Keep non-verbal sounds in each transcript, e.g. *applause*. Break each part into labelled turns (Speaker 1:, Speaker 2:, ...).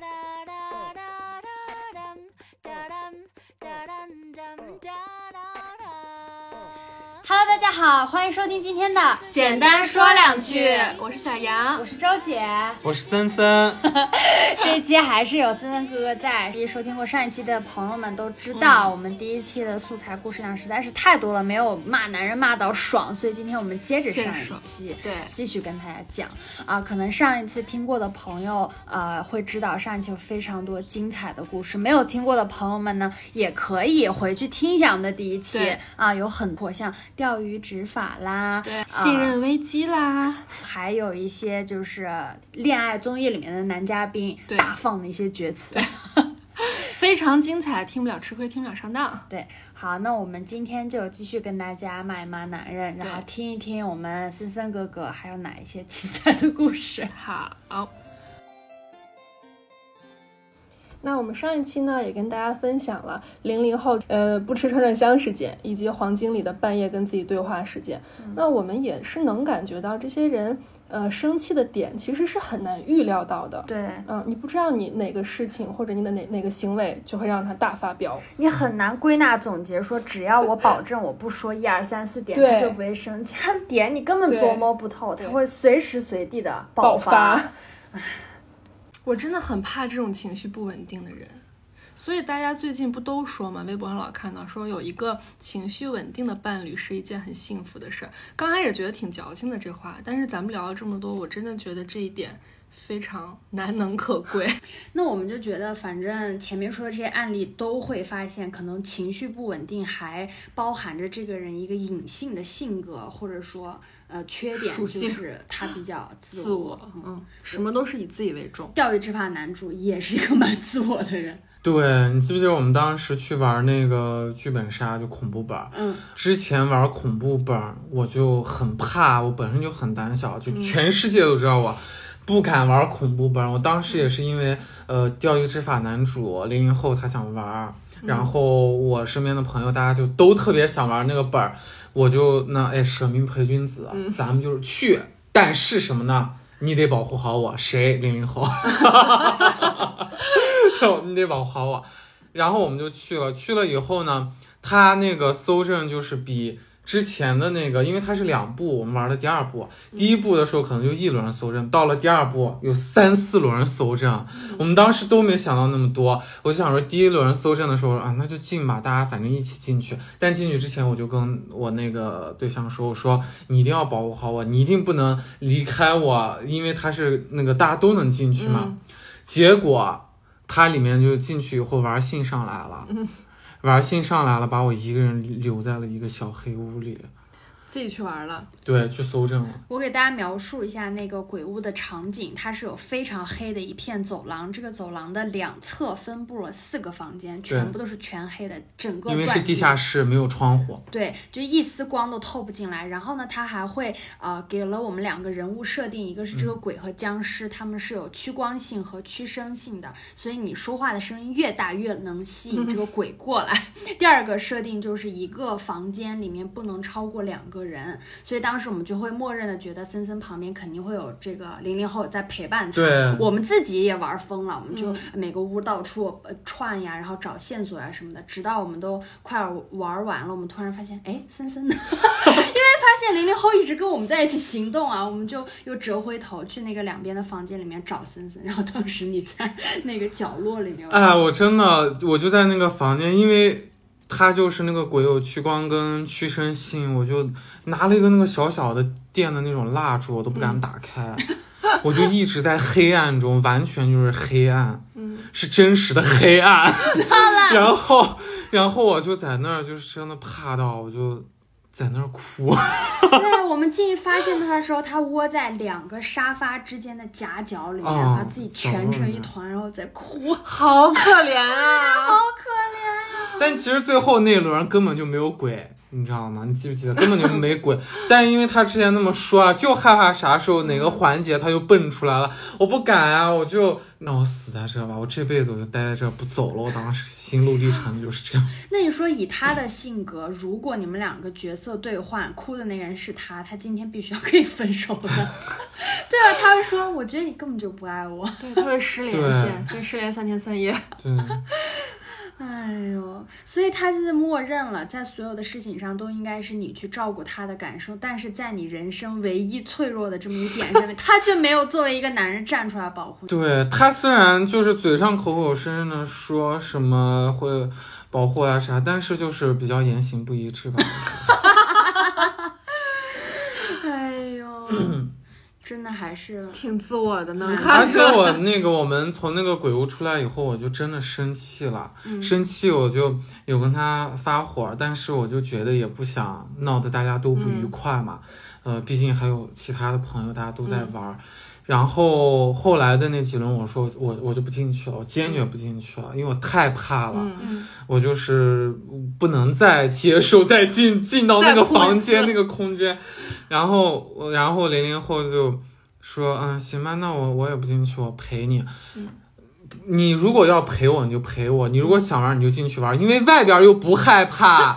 Speaker 1: 啦哒啦，
Speaker 2: Oh.
Speaker 1: 哒啦哒啦哒哒啦啦。
Speaker 3: Hello，大家好，欢迎收听今天的，
Speaker 2: Oh. 简单说两句，我是小杨
Speaker 3: 我。是周
Speaker 2: *laughs*
Speaker 3: 姐。
Speaker 4: 我是森森，
Speaker 3: 这一期还是有森森哥哥在，这收听过上一期的朋友们都知
Speaker 2: 嗯
Speaker 3: 道，我们第一期的素材故事量实在是太多了，没有骂男人骂到爽，所以今天我们接着上
Speaker 2: 接着
Speaker 3: 一期。
Speaker 2: 对，
Speaker 3: 继续跟大家讲啊，可能上一次听过的朋友，呃，会知道上一期有非常多精彩的故事。没有听过的朋友们呢，也可以回去听一下我们的第一期
Speaker 2: 对
Speaker 3: 啊，有很多像钓鱼执法啦，
Speaker 2: 对嗯
Speaker 3: 啊
Speaker 2: 信任危机啦，
Speaker 3: 还有一些就是恋爱综艺里面的男嘉宾
Speaker 2: 对
Speaker 3: 大放的一些厥词。
Speaker 2: 非常精彩，听不了吃亏，听不了上当。
Speaker 3: 对，好，那我们今天就继续跟大家骂一骂男人，然后
Speaker 2: 对
Speaker 3: 听一听我们森森哥哥还有哪一些精彩的故事。
Speaker 2: 好，那我们上一期呢也跟大家分享了零零后呃不吃串串香事件，以及黄经理的半夜跟自己对话事件。那我们也是能感觉到这些人呃生气的点其实是很难预料到的。
Speaker 3: *laughs* 对
Speaker 2: 嗯，你不知道你哪个事情或者你的哪哪个行为就会让他大发飙。
Speaker 3: 你很难归纳总结说，只要我保证我不说一二三四点，
Speaker 2: 对
Speaker 3: 他就不会生气。他的点你根本
Speaker 2: 对
Speaker 3: 琢磨不透，他
Speaker 2: 对
Speaker 3: 会随时随地的
Speaker 2: 爆
Speaker 3: 发。
Speaker 2: 发。 *laughs* 我真的很怕这种情绪不稳定的人，所以大家最近不都说嘛，微博上老看到说有一个情绪稳定的伴侣是一件很幸福的事儿。刚开始觉得挺矫情的这话，但是咱们聊了这么多，我真的觉得这一点非常难能可贵。
Speaker 3: 那我们就觉得，反正前面说的这些案例都会发现，可能情绪不稳定还包含着这个人一个隐性的性格，或者说呃缺点，
Speaker 2: 属
Speaker 3: 就
Speaker 2: 性
Speaker 3: 是他比较
Speaker 2: *laughs*
Speaker 3: 自
Speaker 2: *laughs* 自我，嗯，什么都是以自己为重。
Speaker 3: 钓鱼执法男主也是一个蛮自我的人，
Speaker 4: *laughs* 对你记不记得我们当时去玩那个剧本杀，就恐怖本儿。
Speaker 3: 嗯，
Speaker 4: 之前玩恐怖本儿，我就很怕，我本身就很胆小，就全世界都知道我。不敢玩恐怖本儿，我当时也是因为，呃，钓鱼执法男主零零后他想玩儿，然后我身边的朋友大家就都特别想玩那个本儿，我就那哎舍命陪君子，咱们就是去，但是什么呢？你得保护好我，谁零零后，就你得保护好我。然后我们就去了，去了以后呢，他那个搜证就是比之前的那个，因为它是两步，我们玩的第二步，第一步的时候可能就一轮搜证，到了第二步有三四轮搜证，我们当时都没想到那么多，我就想说第一轮搜证的时候啊，那就进吧，大家反正一起进去。但进去之前我就跟我那个对象说，我说你一定要保护好我，你一定不能离开我，因为他是那个大家都能进去嘛。结果他里面就进去以后玩信上来了。玩信上来了，把我一个人留在了一个小黑屋里。
Speaker 2: 自己去玩了，
Speaker 4: 对，去搜证了。
Speaker 3: 我给大家描述一下那个鬼屋的场景，它是有非常黑的一片走廊，这个走廊的两侧分布了四个房间，全部都是全黑的，整个
Speaker 4: 因为是
Speaker 3: 断
Speaker 4: 地
Speaker 3: 绝
Speaker 4: 下室，没有窗户。
Speaker 3: 对，就一丝光都透不进来。然后呢，他还会呃给了我们两个人物设定，一个是这个鬼和僵尸，他们是有趋光性和趋声性的，所以你说话的声音越大越能吸引这个鬼过来。第二个设定就是一个房间里面不能超过两个人，所以当时我们就会默认的觉得森森旁边肯定会有这个零零后在陪伴他。
Speaker 4: 对
Speaker 3: 我们自己也玩疯了，我们就每个屋到处呃串呀，然后找线索呀什么的，直到我们都快玩完了，我们突然发现，哎，森森呢？ *laughs* 因为发现零零后一直跟我们在一起行动啊，我们就又折回头去那个两边的房间里面找森森，然后当时你在那个角落里面，
Speaker 4: 哎，我真的，我就在那个房间，因为他就是那个鬼有趋光跟趋声性，我就拿了一个那个小小的电的那种蜡烛，我都不敢打开。 *laughs* 我就一直在黑暗中，完全就是黑暗，
Speaker 2: 嗯，
Speaker 4: 是真实的黑暗。 *laughs* 然后，然后我就在那儿，就是真的怕到，我就在那儿哭。
Speaker 3: 对，啊我们进去发现他的时候，他窝在两个沙发之间的夹角里面，
Speaker 4: 哦
Speaker 3: 把自己蜷成一团，然后在哭，
Speaker 2: 好可怜啊！
Speaker 3: *laughs* 好可怜。
Speaker 4: 但其实最后那轮根本就没有鬼，你知道吗？你记不记得根本就没鬼， *laughs* 但是因为他之前那么说啊，就害怕啥时候哪个环节他就蹦出来了，我不敢啊，我就那我死在这吧，我这辈子我就待在这儿不走了。我当时心路历程就是这样，
Speaker 3: 那你说以他的性格，如果你们两个角色兑换，哭的那个人是他，他今天必须要跟你分手的。对 *laughs* 啊，他会说，我觉得你根本就不爱我。 *laughs*
Speaker 2: 对，他会失联
Speaker 4: 对
Speaker 2: 线，所以失联三天三夜。
Speaker 4: 对，
Speaker 3: 哎呦，所以他就是默认了，在所有的事情上都应该是你去照顾他的感受，但是在你人生唯一脆弱的这么一点上面，他却没有作为一个男人站出来保护你。
Speaker 4: 对他虽然就是嘴上口口声声的说什么会保护啊啥，但是就是比较言行不一致吧。
Speaker 3: 哎呦，真的还是
Speaker 2: 挺自我的，能
Speaker 3: 嗯
Speaker 2: 看
Speaker 4: 而且
Speaker 2: 出来。
Speaker 4: 我那个我们从那个鬼屋出来以后，我就真的生气了，生气我就有跟他发火，但是我就觉得也不想闹得大家都不愉快嘛，呃，毕竟还有其他的朋友，大家都在玩儿。然后后来的那几轮，我说我我就不进去了，我坚决不进去了，因为我太怕了，
Speaker 2: 嗯，
Speaker 4: 我就是不能再接受 *laughs* 再进进到那个
Speaker 2: 再哭一次
Speaker 4: 房间那个空间，然后我然后零零后就说嗯行吧，那我我也不进去，我陪你。你如果要陪我，你就陪我；你如果想玩，你就进去玩，因为外边又不害怕，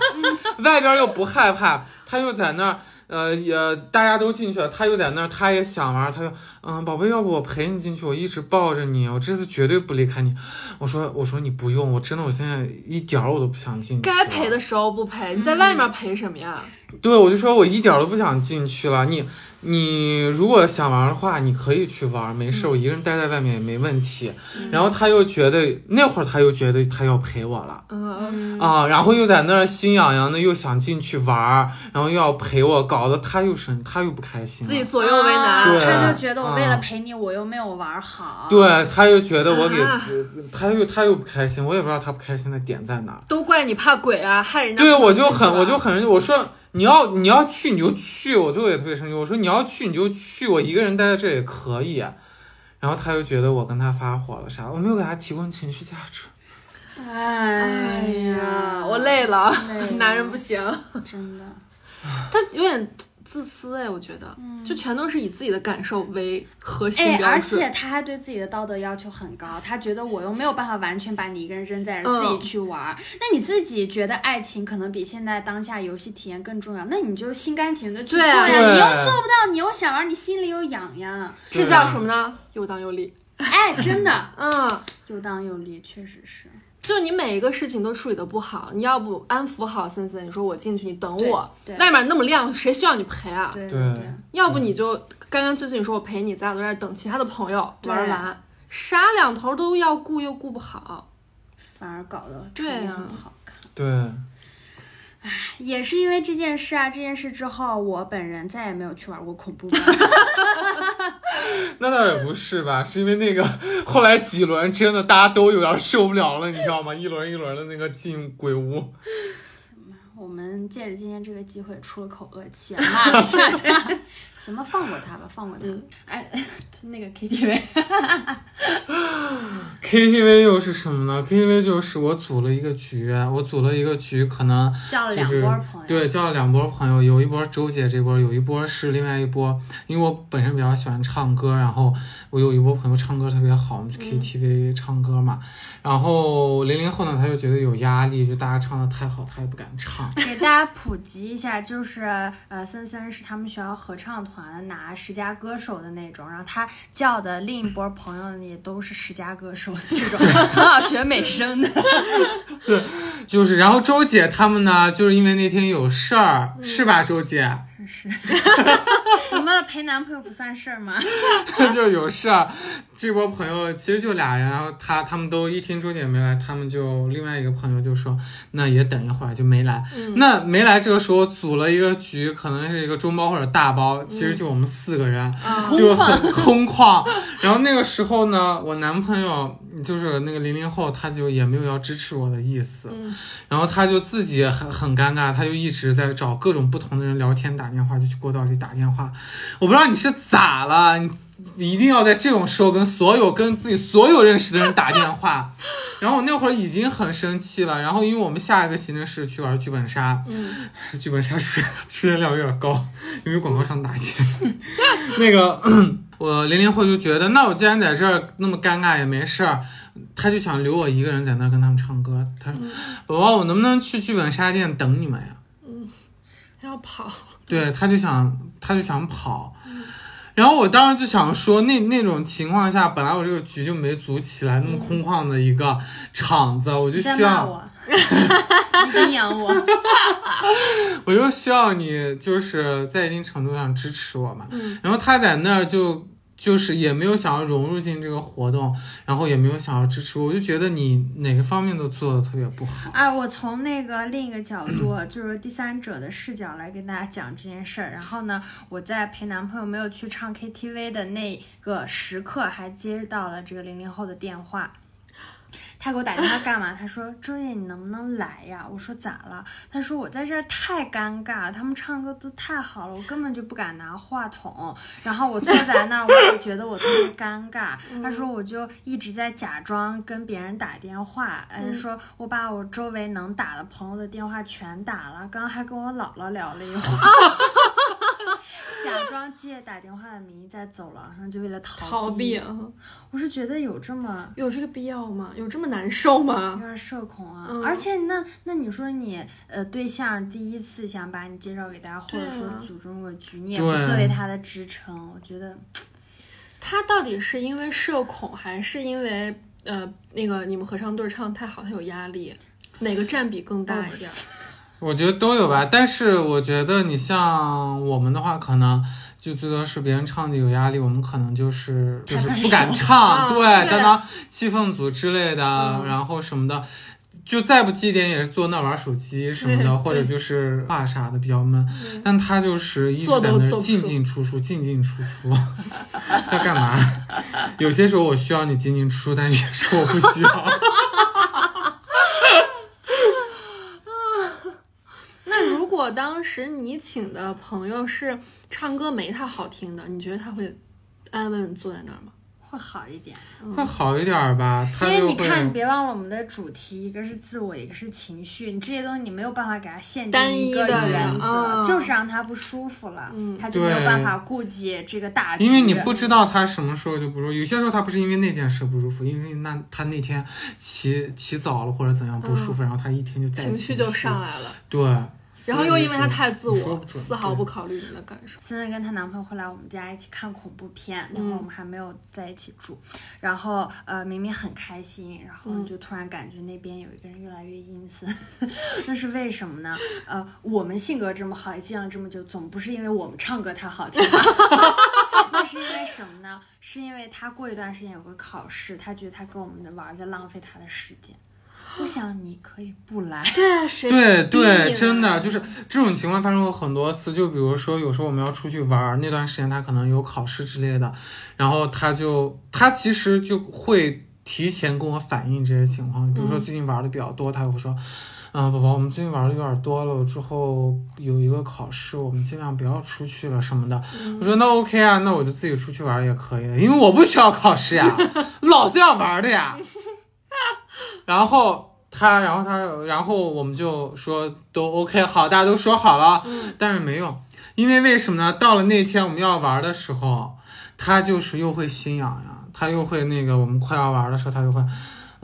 Speaker 4: 外边又不害怕，他又在那儿。呃也大家都进去了，他又在那儿，他也想玩，他就嗯，宝贝，要不我陪你进去，我一直抱着你，我这次绝对不离开你。我说我说你不用，我真的我现在一点儿我都不想进去。
Speaker 2: 该陪。的时候不陪，你在外面陪什么呀？嗯
Speaker 4: 对，我就说我一点儿都不想进去了。你你如果想玩的话，你可以去玩，没事，我一个人待在外面也没问题。然后他又觉得那会儿他又觉得他要陪我了。
Speaker 2: 嗯，
Speaker 4: 啊，然后又在那儿心痒痒的，又想进去玩儿，然后又要陪我，搞得他又生，他又不开心了。
Speaker 2: 自己左右为难。
Speaker 4: 对
Speaker 3: 啊他就觉得我为了
Speaker 4: 嗯
Speaker 3: 陪你，我又没有玩好。
Speaker 4: 对，他又觉得我给，
Speaker 2: 啊
Speaker 4: 他又他又不开心，我也不知道他不开心的点在哪儿。
Speaker 2: 都怪你怕鬼啊，害人家不
Speaker 4: 对，
Speaker 2: 能
Speaker 4: 我
Speaker 2: 进
Speaker 4: 就
Speaker 2: 去
Speaker 4: 很
Speaker 2: 啊
Speaker 4: 我就很我说你要你要去你就去，我就也特别生气，我说你要去你就去，我一个人待在这也可以。然后他又觉得我跟他发火了啥，我没有给他提供情绪价值。
Speaker 3: 哎
Speaker 2: 哎呀
Speaker 3: 呀，，
Speaker 2: 我累了，
Speaker 3: 累
Speaker 2: 男人不行，
Speaker 3: 真的。
Speaker 2: 他有点自私哎，我觉得，就全都是以自己的感受为核心
Speaker 3: 哎，
Speaker 2: 标
Speaker 3: 而
Speaker 2: 准。
Speaker 4: 啊
Speaker 3: 且他还对自己的道德要求很高，他觉得我又没有办法完全把你一个人扔在这儿
Speaker 2: 嗯
Speaker 3: 自己去玩儿。那你自己觉得爱情可能比现在当下游戏体验更重要，那你就心甘情愿的去做
Speaker 2: 对啊
Speaker 3: 呀。
Speaker 2: 哎
Speaker 3: 你又
Speaker 4: 对，
Speaker 3: 做不到，你又想玩，你心里又痒呀。
Speaker 2: 这
Speaker 4: 对
Speaker 2: 叫
Speaker 4: 啊
Speaker 2: 什么呢？有当有理。
Speaker 3: 哎，真的
Speaker 2: 嗯，
Speaker 3: 有当有理，确实是。
Speaker 2: 就你每一个事情都处理的不好，你要不安抚好森森，你说我进去，你等我
Speaker 3: 对，对
Speaker 2: 外面那么亮，谁需要你陪啊？
Speaker 3: 对
Speaker 4: 对
Speaker 3: 对，
Speaker 2: 要不你就干干脆脆，你说我陪你，咱俩都在这儿等其他的朋友
Speaker 3: 对
Speaker 2: 玩完，啥两头都要顾又顾不好。
Speaker 3: 反而搞得
Speaker 2: 对
Speaker 3: 场面
Speaker 2: 啊
Speaker 3: 不好看。
Speaker 4: 对，
Speaker 3: 也是因为这件事啊，这件事之后，我本人再也没有去玩过恐怖版。
Speaker 4: 那倒也不是吧， *laughs* 是因为那个后来几轮真的大家都有点受不了了，你知
Speaker 3: *laughs*
Speaker 4: 道吗？一轮一轮的那个进鬼屋，
Speaker 3: 我们借着今天这个机会出了口恶气，啊，骂了一下 *laughs* 他。行吧，放过他吧，放过他。哎，那个 KTV，
Speaker 4: KTV 又是什么呢？KTV 就是我组了一个局，我组了一个局，可能
Speaker 3: 叫了
Speaker 4: 就
Speaker 3: 两
Speaker 4: 是
Speaker 3: 波朋友。
Speaker 4: 对叫了两波朋友，有一波是周姐这波，有一波是另外一波，因为我本身比较喜欢唱歌，然后我有一波朋友唱歌特别好，我
Speaker 3: 嗯
Speaker 4: 们去 KTV 唱歌嘛。然后零零后呢，他就觉得有压力，就大家唱的太好，他也不敢唱。
Speaker 3: 给大家普及一下，就是呃，森森是他们学校合唱团拿十佳歌手的那种，然后他叫的另一波朋友也都是十佳歌手的这 *laughs* 种，从小学美声的。
Speaker 4: 就是，然后周姐他们呢，就是因为那天有事儿，是吧，周姐？
Speaker 3: 真是， *laughs* 怎么了？陪男朋友不算事儿吗？
Speaker 4: *laughs* 就是有事儿。这波朋友其实就俩人，然后他他们都一听周姐没来，他们就另外一个朋友就说，那也等一会儿就没来。那没来这个时候组了一个局，可能是一个中包或者大包，其实就我们四个人，啊就很空旷。然后那个时候呢，我男朋友就是那个零零后，他就也没有要支持我的意思，然后他就自己很很尴尬，他就一直在找各种不同的人聊天打电话，就去过道里打电话。我不知道你是咋了，你一定要在这种时候跟所有跟自己所有认识的人打电话。 *laughs* 然后我那会儿已经很生气了，然后因为我们下一个行程是去玩剧本杀，
Speaker 2: 嗯，
Speaker 4: 剧本杀是出现量有点高，因为广告商打钱。 *laughs* 那个 *clears throat* 我零零后就觉得，那我既然在这儿那么尴尬也没事儿，他就想留我一个人在那儿跟他们唱歌。他说：“宝宝，我能不能去剧本杀店等你们呀
Speaker 2: *laughs* 他要跑，？”
Speaker 4: 对，他就想他就想跑。然后我当时就想说，那那种情况下，本来我这个局就没组起来，那么空旷的一个场子，我就
Speaker 3: 你在
Speaker 4: 需
Speaker 3: 骂
Speaker 4: 要， *laughs*
Speaker 3: 我，你阴阳我。
Speaker 4: 我就需要你就是在一定程度上支持我嘛。
Speaker 2: 嗯，
Speaker 4: 然后他在那儿就就是也没有想要融入进这个活动，然后也没有想要支持我，我就觉得你哪个方面都做的特别不好。
Speaker 3: 哎，我从那个另一个角度，就是第三者的视角来跟大家讲这件事儿。然后呢，我在陪男朋友没有去唱 KTV 的那个时刻，还接到了这个零零后的电话。他给我打电话干嘛？他说：“ *laughs* 周姐，你能不能来呀？”我说：“咋了？”他说：“我在这儿太尴尬了，他们唱歌都太好了，我根本就不敢拿话筒。然后我坐在那儿，我就觉得我特
Speaker 2: *laughs*
Speaker 3: 别尴尬。他说我就一直在假装跟别人打电话，嗯，说我把我周围能打的朋友的电话全打了，刚刚还跟我姥姥聊了一会儿。 *laughs* 假装借打电话的名义在走廊上，就为了逃
Speaker 2: 逃避，啊嗯
Speaker 3: 我是觉得有这么
Speaker 2: 有这个必要吗？有这么难受
Speaker 3: 有 *laughs*
Speaker 2: 吗？
Speaker 3: 点社恐啊，
Speaker 2: 嗯
Speaker 3: 而且那那你说你呃对象第一次想把你介绍给大家，或
Speaker 2: 对
Speaker 3: 者说
Speaker 2: 啊
Speaker 3: 组织入个局，你也不
Speaker 4: 对啊
Speaker 3: 作为他的支撑，我觉得
Speaker 2: 他到底是因为社恐，还是因为呃那个你们合唱对唱太好，他有压力？哪个占比更大一点？
Speaker 3: 哦
Speaker 4: 我觉得都有吧，但是我觉得你像我们的话，可能。就最多是别人唱的有压力，我们可能就是就是不敢唱，
Speaker 2: 嗯
Speaker 4: 对，
Speaker 2: 对
Speaker 4: 当当气氛组之类的，
Speaker 2: 嗯
Speaker 4: 然后什么的，就再不济一点也是坐那儿玩手机什么
Speaker 2: 对
Speaker 4: 的，或者
Speaker 2: 对
Speaker 4: 就是话啥的比较闷。
Speaker 2: 嗯
Speaker 4: 但他就是一直
Speaker 2: 坐
Speaker 4: 在
Speaker 2: 都
Speaker 4: 那
Speaker 2: 坐
Speaker 4: 儿
Speaker 2: 不
Speaker 4: 进
Speaker 2: 住
Speaker 4: 进出出，进进出
Speaker 2: *laughs*
Speaker 4: 出，要干嘛？有些时候我需要你进进出出，但有些时候我不需
Speaker 2: *laughs*
Speaker 4: 要。
Speaker 2: 那如果当时你请的朋友是唱歌没他好听的，你觉得他会安稳坐在那儿吗？
Speaker 3: 会好一点。
Speaker 4: 会好一点儿吧，他
Speaker 3: 因为
Speaker 4: 就
Speaker 3: 你看，你
Speaker 4: 会。
Speaker 3: 别忘了我们的主题，一个是自我，一个是情绪，你这些东西你没有办法给它限定
Speaker 2: 单一
Speaker 3: 个
Speaker 2: 的
Speaker 3: 原
Speaker 2: 嗯
Speaker 3: 则，就是让他不舒服了，
Speaker 2: 嗯
Speaker 3: 他就没有
Speaker 4: 对
Speaker 3: 办法顾及这个大局。
Speaker 4: *laughs* 因为你不知道他什么时候就不舒服，有些时候他不是因为那件事不舒服，因为那他那天起起早了或者怎样不舒服，然后他一天就带
Speaker 2: 嗯情
Speaker 4: 绪
Speaker 2: 绪就上。来了，
Speaker 4: 对，
Speaker 2: 然后又因为他太自
Speaker 4: 你说
Speaker 2: 我
Speaker 4: 不，准
Speaker 2: 丝毫
Speaker 4: 对
Speaker 2: 不考虑你的感受。
Speaker 3: 森森跟她男朋友会来我们家一起看恐怖片，那会儿我们还没有在一起住，然后呃明明很开心，然后
Speaker 2: 嗯
Speaker 3: 就突然感觉那边有一个人越来越阴森， *laughs* 那是为什么呢？呃，我们性格这么好，也这样这么久，总不是因为我们唱歌他好听吧。 *laughs* 那是因为什么呢？是因为他过一段时间有个考试，他觉得他跟我们的玩儿在浪费他的时间。我想你可以不来，
Speaker 2: 对，谁
Speaker 4: 对
Speaker 2: 逼你
Speaker 4: 对，
Speaker 2: 呢
Speaker 4: 真的就是这种情况发生过很多次。就比如说，有时候我们要出去玩儿，那段时间他可能有考试之类的，然后他就他其实就会提前跟我反映这些情况。比如说最近玩的比较多，他会说。嗯，宝宝，我们最近玩的有点多了，之后有一个考试，我们尽量不要出去了什么的。我说那 OK 啊，那我就自己出去玩也可以的，因为我不需要考试呀，老子要玩的呀。 *laughs* 然后他，然后他，然后我们就说都 OK 好，大家都说好了，但是没用，因为为什么呢？到了那天我们要玩的时候，他就是又会心痒痒，他又会那个我们快要玩的时候，他就会。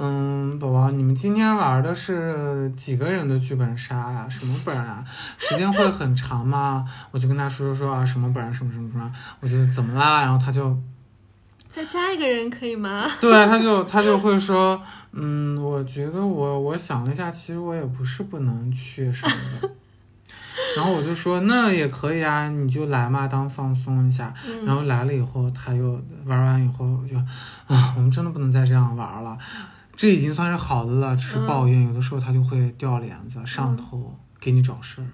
Speaker 4: 嗯，宝宝，你们今天玩的是几个人的剧本杀呀、什么本啊？时间会很长吗？我就跟他说说说啊，什么本，什么什么什么，我就怎么啦？然后他就
Speaker 2: 再加一个人可以吗？
Speaker 4: *laughs* 对，啊他就他就会说，嗯，我觉得我我想了一下，其实我也不是不能去什么的。 *laughs* 然后我就说那也可以啊，你就来嘛，当放松一下。然后来了以后，他又玩完以后就啊，我们真的不能再这样玩了，这已经算是好的了。只是抱怨，有的时候他就会掉脸子、上头，给你找事儿。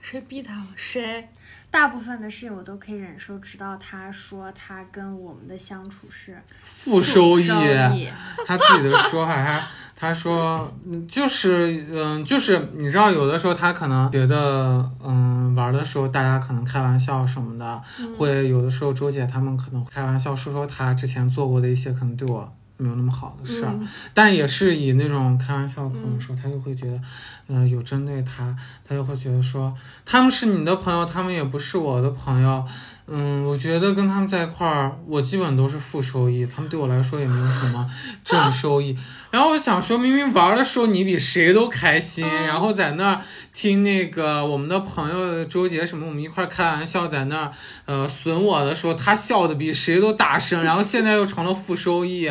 Speaker 2: 谁逼他了？谁？
Speaker 3: 大部分的事情我都可以忍受，直到他说他跟我们的相处是
Speaker 4: 负收益，
Speaker 3: 收益
Speaker 4: 他自己的说法，他他说，嗯就是嗯，就是你知道，有的时候他可能觉得，嗯，玩的时候大家可能开玩笑什么的，会有的时候周姐他们可能开玩笑说说他之前做过的一些可能对我没有那么好的事儿，
Speaker 2: 嗯
Speaker 4: 但也是以那种开玩笑的口吻说，他就会觉得，呃，有针对他，他就会觉得说，他们是你的朋友，他们也不是我的朋友，嗯，我觉得跟他们在一块儿，我基本都是负收益，他们对我来说也没有什么正收益。然后我想说，明明玩的时候你比谁都开心，然后在那儿听那个我们的朋友周杰什么，我们一块儿开玩笑，在那儿呃损我的时候，他笑的比谁都大声，然后现在又成了负收益，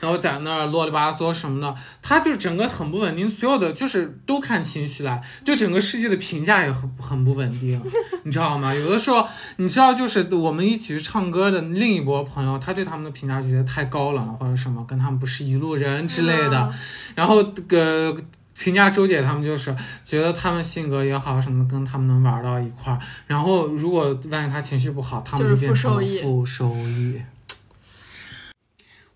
Speaker 4: 然后在那儿啰里吧嗦什么的，他就整个很不稳定，所有的就是都看情绪来，对整个世界的评价也很很不稳定， *laughs* 你知道吗？有的时候你知道，就是我们一起去唱歌的另一波朋友，他对他们的评价就觉得太高冷了，或者什么跟他们不是一路人之类
Speaker 2: 嗯
Speaker 4: 的，然后呃评价周姐他们就是觉得他们性格也好什么，跟他们能玩到一块儿。然后如果万一他情绪不好，他们
Speaker 2: 就是
Speaker 4: 变成了
Speaker 2: 负收益
Speaker 4: 负收益。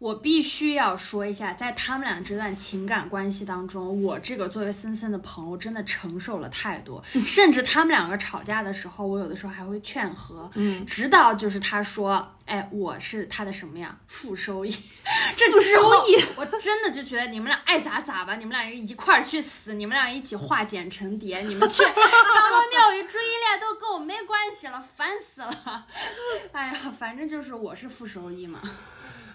Speaker 3: 我必须要说一下，在他们俩这段情感关系当中，我这个作为森森的朋友，真的承受了太
Speaker 4: *laughs*
Speaker 3: 多。甚至他们两个吵架的时候，我有的时候还会劝和，
Speaker 2: 嗯，
Speaker 3: 直到就是他说：“哎，我是他的什么呀？负收益。” *laughs* 这
Speaker 2: 负
Speaker 3: 之
Speaker 2: 收
Speaker 3: 后，我真的就觉得你们俩爱咋咋吧，你们俩一块儿去死，你们俩一起化茧成蝶，你们去刀刀妙语追忆恋都跟我没关系了，烦死了。哎呀，反正就是我是负收益嘛。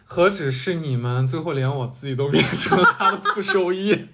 Speaker 4: 何止是你们，最后连我自己都变成了他的负收益。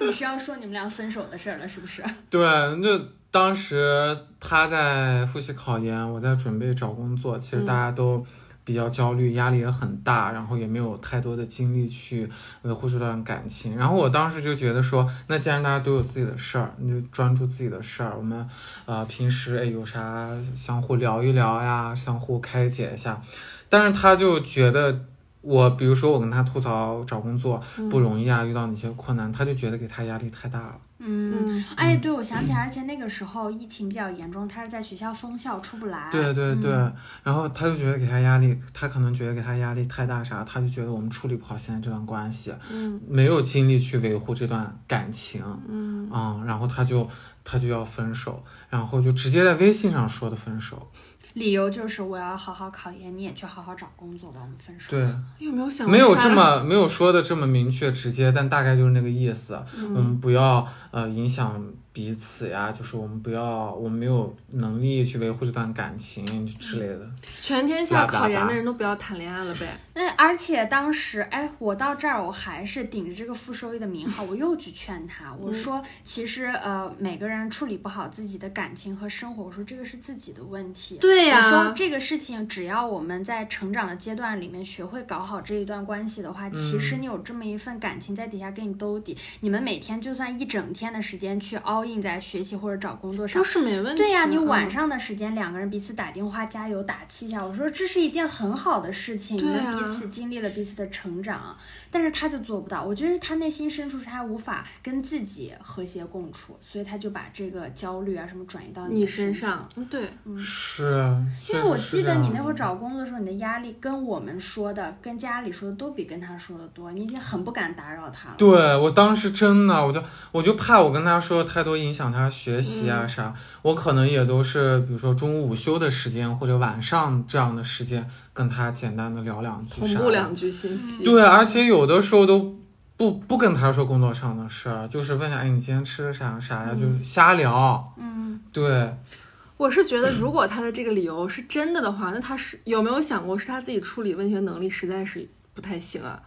Speaker 3: 你是要说你们俩分手的事儿了，是不是？
Speaker 4: 对，就当时他在复习考研，我在准备找工作，其实大家都比较焦虑，压力也很大，然后也没有太多的精力去维护这段感情。然后我当时就觉得说，那既然大家都有自己的事儿，你就专注自己的事儿。我们呃平时哎有啥相互聊一聊呀，相互开解一下。但是他就觉得。我比如说，我跟他吐槽找工作不容易啊，遇到哪些困难，他就觉得给他压力太大了。
Speaker 3: 嗯。
Speaker 2: 嗯，
Speaker 3: 哎，对，我想起来，而且那个时候疫情比较严重，他是在学校封校出不来。
Speaker 4: 对对对，
Speaker 3: 嗯
Speaker 4: 然后他就觉得给他压力，他可能觉得给他压力太大啥，他就觉得我们处理不好现在这段关系，
Speaker 2: 嗯，
Speaker 4: 没有精力去维护这段感情，
Speaker 2: 嗯，
Speaker 4: 啊、然后他就他就要分手，然后就直接在微信上说的分手，
Speaker 3: 理由就是我要好好考研，你也去好好找工作吧，我们分手。
Speaker 4: 对，
Speaker 2: 有没有想
Speaker 4: 没有
Speaker 2: 过
Speaker 4: 这
Speaker 2: 他
Speaker 4: 么没有说的这么明确直接，但大概就是那个意思，
Speaker 3: 嗯
Speaker 4: 我们不要呃影响。彼此呀，就是我们不要，我们没有能力去维护这段感情之类的。
Speaker 3: 嗯
Speaker 2: 全天下
Speaker 4: 拉巴
Speaker 2: 考研
Speaker 4: 巴
Speaker 2: 的人都不要谈恋爱了呗？
Speaker 3: 那而且当时，哎，我到这儿，我还是顶着这个负收益的名号，我又去劝他，我说，其实呃，每个人处理不好自己的感情和生活，我说这个是自己的问题。
Speaker 2: 对啊呀、
Speaker 3: 我说这个事情，只要我们在成长的阶段里面学会搞好这一段关系的话，其实
Speaker 2: 嗯
Speaker 3: 你有这么一份感情在底下给你兜底，你们每天就算一整天的时间去 all in 在学习或者找工作上
Speaker 2: 都。是没问题的。啊嗯
Speaker 3: 对呀、你晚
Speaker 2: 上
Speaker 3: 上的时间，两个人彼此打电话加油打气一下，我说这是一件很好的事情，你
Speaker 2: 对
Speaker 3: 们
Speaker 2: 啊
Speaker 3: 彼此经历了彼此的成长，但是他就做不到，我觉得他内心深处他无法跟自己和谐共处，所以他就把这个焦虑啊什么转移到
Speaker 2: 你
Speaker 3: 的
Speaker 2: 身
Speaker 3: 上
Speaker 2: 上，嗯对，
Speaker 4: 是，啊
Speaker 3: 因为
Speaker 4: 确
Speaker 3: 我
Speaker 4: 实是
Speaker 3: 记
Speaker 4: 这
Speaker 3: 得你
Speaker 4: 样
Speaker 3: 那会儿找工作的时候，你的压力跟我们说的、跟家里说的都比跟他说的多，你已经很不敢打扰他了。
Speaker 4: 对我当时真的，我就我就怕我跟他说太多影响他学习
Speaker 2: 嗯
Speaker 4: 啊啥，我可能也都是比如说中午午休的时间或者晚上这样的时间跟他简单的聊两句，
Speaker 2: 同步两。句信息。
Speaker 4: 对，而且有的时候都不不跟他说工作上的事儿，就是问一下，哎，你今天吃了啥啥呀，就是瞎聊。
Speaker 3: 嗯，
Speaker 4: 对，
Speaker 2: 我是觉得，如果他的这个理由是真的的话，那他是有没有想过是他自己处理问题的能力实在是不太行啊？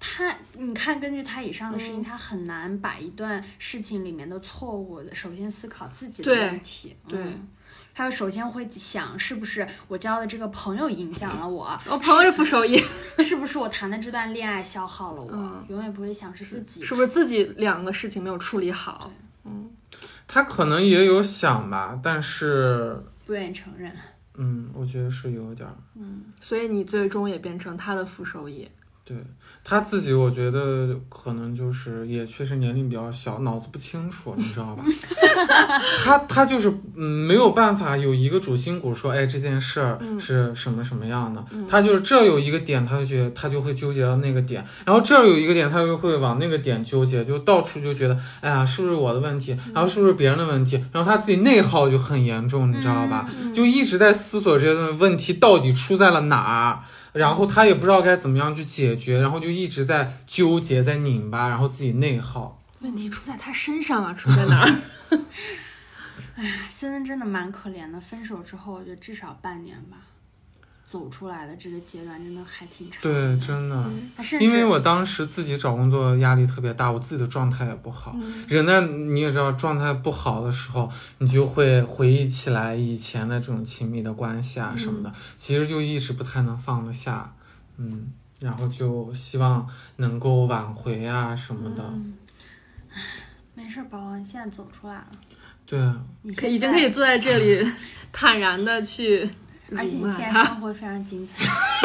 Speaker 3: 他，你看，根据他以上的
Speaker 2: 嗯
Speaker 3: 事情，他很难把一段事情里面的错误，首先思考自己的
Speaker 2: 对
Speaker 3: 问题。
Speaker 2: 对
Speaker 3: 嗯还有首先会想，是不是我交的这个朋友影响了
Speaker 2: *laughs*
Speaker 3: 我？
Speaker 2: 我朋友是负收益，
Speaker 3: 是不是我谈的这段恋爱消耗了我？
Speaker 2: 嗯
Speaker 3: 永远不会想是自己
Speaker 2: 是不是自己两个事情没有处理好？
Speaker 4: 他可能也有想吧，但是
Speaker 3: 不愿意承认。
Speaker 4: 嗯，我觉得是有点儿。
Speaker 2: 所以你最终也变成他的负收益。
Speaker 4: 对他自己，我觉得可能就是也确实年龄比较小，脑子不清楚，你知道吧？他他就是嗯没有办法有一个主心骨说，哎，这件事儿是什么什么样的。他就是这儿有一个点，他就觉得他就会纠结到那个点，然后这儿有一个点，他又会往那个点纠结，就到处就觉得，哎呀，是不是我的问题？然后是不是别人的问题？然后他自己内耗嗯
Speaker 2: 嗯
Speaker 4: 就很严重，你知道吧？就一直在思索这些问题到底出在了哪儿。然后他也不知道该怎么样去解决，然后就一直在纠结，在拧巴，然后自己内耗。
Speaker 2: 问题出在他身上啊，出在哪 *laughs* 儿？
Speaker 3: 森森真的蛮可怜的，分手之后我觉得至少半年吧，走出来的这个阶段真的还挺长。
Speaker 4: 对，，真的，
Speaker 3: 他甚至
Speaker 4: 因为我当时自己找工作压力特别大，我自己的状态也不好。
Speaker 2: 嗯
Speaker 4: 人呢，你也知道，状态不好的时候，你就会回忆起来以前的这种亲密的关系啊什么的，其实就一直不太能放得下。嗯，然后就希望能够挽回啊什么的。
Speaker 3: 没事儿，宝宝，你现在走出来了，
Speaker 4: 对啊，
Speaker 3: 你
Speaker 2: 可
Speaker 3: 现
Speaker 2: 已经可以坐在这里坦然的去辱
Speaker 3: 在，而且你
Speaker 2: 骂
Speaker 3: 现在
Speaker 2: 他。
Speaker 3: 生活非常精彩，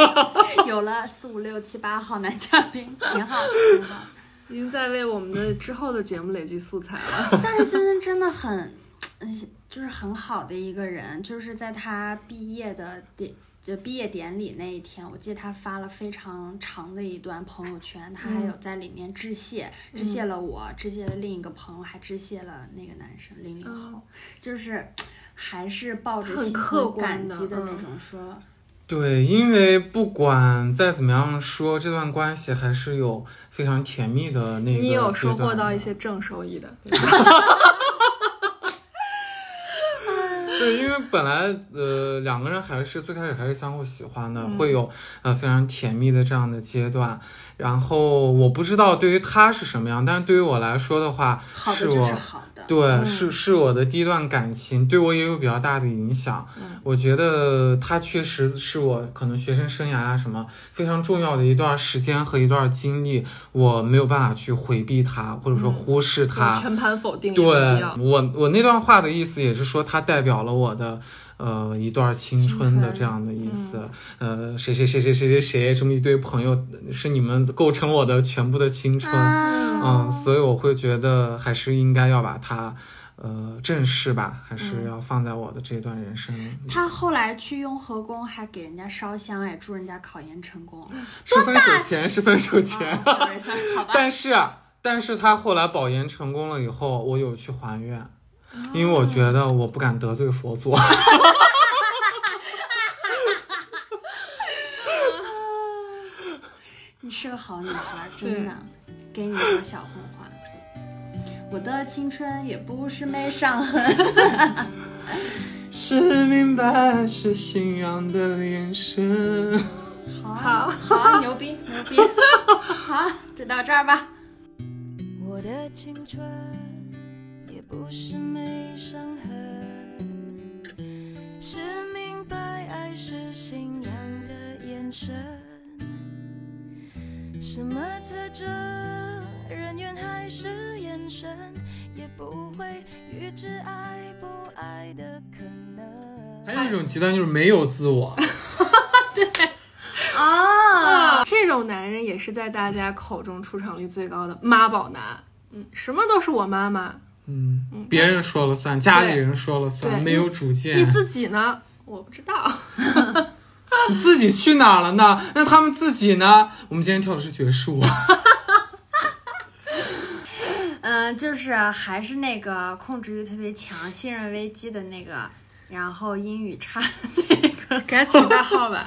Speaker 3: *laughs* 有了四五六七八号男嘉宾，挺好，挺好。
Speaker 2: 已经在为我们的之后的节目累积素材了。 *laughs*
Speaker 3: 但是森森真的很，呃就是很好的一个人，就是在他毕业的典就毕业典礼那一天，我记得他发了非常长的一段朋友圈，他还有
Speaker 2: 嗯
Speaker 3: 在里面致谢，致谢了我，致谢了另一个朋友，还致谢了那个男生零零后，就是还是抱着
Speaker 2: 嗯很
Speaker 3: 心
Speaker 2: 客
Speaker 3: 存
Speaker 2: 观
Speaker 3: 感
Speaker 2: 的
Speaker 3: 激的那
Speaker 2: 嗯
Speaker 3: 种说，
Speaker 4: 对，因为不管再怎么样说，这段关系还是有非常甜蜜的那个
Speaker 2: 你有
Speaker 4: 阶
Speaker 2: 收获
Speaker 4: 段
Speaker 2: 到
Speaker 4: 的
Speaker 2: 一些正收益的，
Speaker 4: 对，因为本来呃两个人还是最开始还是相互喜欢的，
Speaker 2: 嗯
Speaker 4: 会有呃非常甜蜜的这样的阶段。然后我不知道对于他是什么样，但是对于我来说的话，
Speaker 3: 好的
Speaker 4: 是
Speaker 3: 就
Speaker 4: 我
Speaker 3: 是好的，
Speaker 4: 对、是是我的第一段感情，对我也有比较大的影响。我觉得他确实是我可能学生生涯啊什么非常重要的一段时间和一段经历，我没有办法去回避他，或者说忽视他。
Speaker 2: 全盘否定也
Speaker 4: 对
Speaker 2: 不必要。
Speaker 4: 我，我那段话的意思也是说，它代表了我的呃一段青
Speaker 3: 青
Speaker 4: 春的
Speaker 3: 春
Speaker 4: 这样的意思。呃，谁谁谁谁谁谁谁这么一堆朋友，是你们构成了我的全部的青春。
Speaker 3: 啊，
Speaker 4: 嗯，所以我会觉得还是应该要把它呃正视吧，还
Speaker 2: 嗯
Speaker 4: 是要放在我的这段人生里。
Speaker 3: 他后来去雍和宫还给人家烧香，哎，祝人家考研成
Speaker 2: *laughs*
Speaker 3: 功。
Speaker 4: 是分手前，是分手前。
Speaker 2: 哦
Speaker 3: 啊 sorry sorry，好吧。
Speaker 4: 但是，啊但是他后来保研成功了以后，我有去还愿，因为我觉得我不敢得罪佛祖。 *laughs*
Speaker 3: 你是个好女孩，
Speaker 2: 对
Speaker 3: 真的，给你一个小红花。我的青春也不是没伤痕。
Speaker 4: 是明白，是信仰的眼神。
Speaker 3: 好啊，好啊，牛逼，牛逼。好，啊就到这儿吧。
Speaker 1: 我的青春也不是没伤痕，是明白爱是信仰的眼神。什么特征，人缘还是眼神，也不会预知爱不爱的可能。
Speaker 4: 还有一种极端就是没有自我，
Speaker 2: 啊这种男人也是在大家口中出场率最高的妈宝男。嗯，什么都是我妈妈，
Speaker 4: 嗯，别人说了算，家里人说了算，
Speaker 2: 对
Speaker 4: 没有主见，
Speaker 2: 你自己呢？我不知道。
Speaker 4: 你自己去哪儿了呢？那他们自己呢？我们今天跳的是爵士舞，
Speaker 2: 啊
Speaker 3: 嗯，就是还是那个控制欲特别强、信任危机的那个，然后英语差的那个。
Speaker 2: 给他起个代号 *laughs* 吧。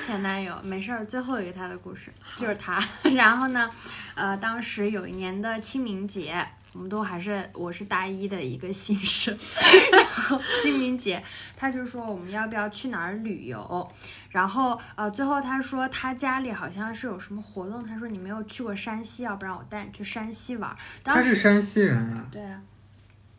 Speaker 3: 前男友，没事儿，最后一个他的故事就是他。 *laughs* 然后呢，呃，当时有一年的清明节，我们都还是我是大一的一个新生， *laughs* 然后清明节他就说我们要不要去哪儿旅游，然后呃，最后他说他家里好像是有什么活动，他说你没有去过山西，要不然我带你去山西玩儿。当
Speaker 4: 他
Speaker 3: 时
Speaker 4: 是山西人啊。
Speaker 3: 对啊。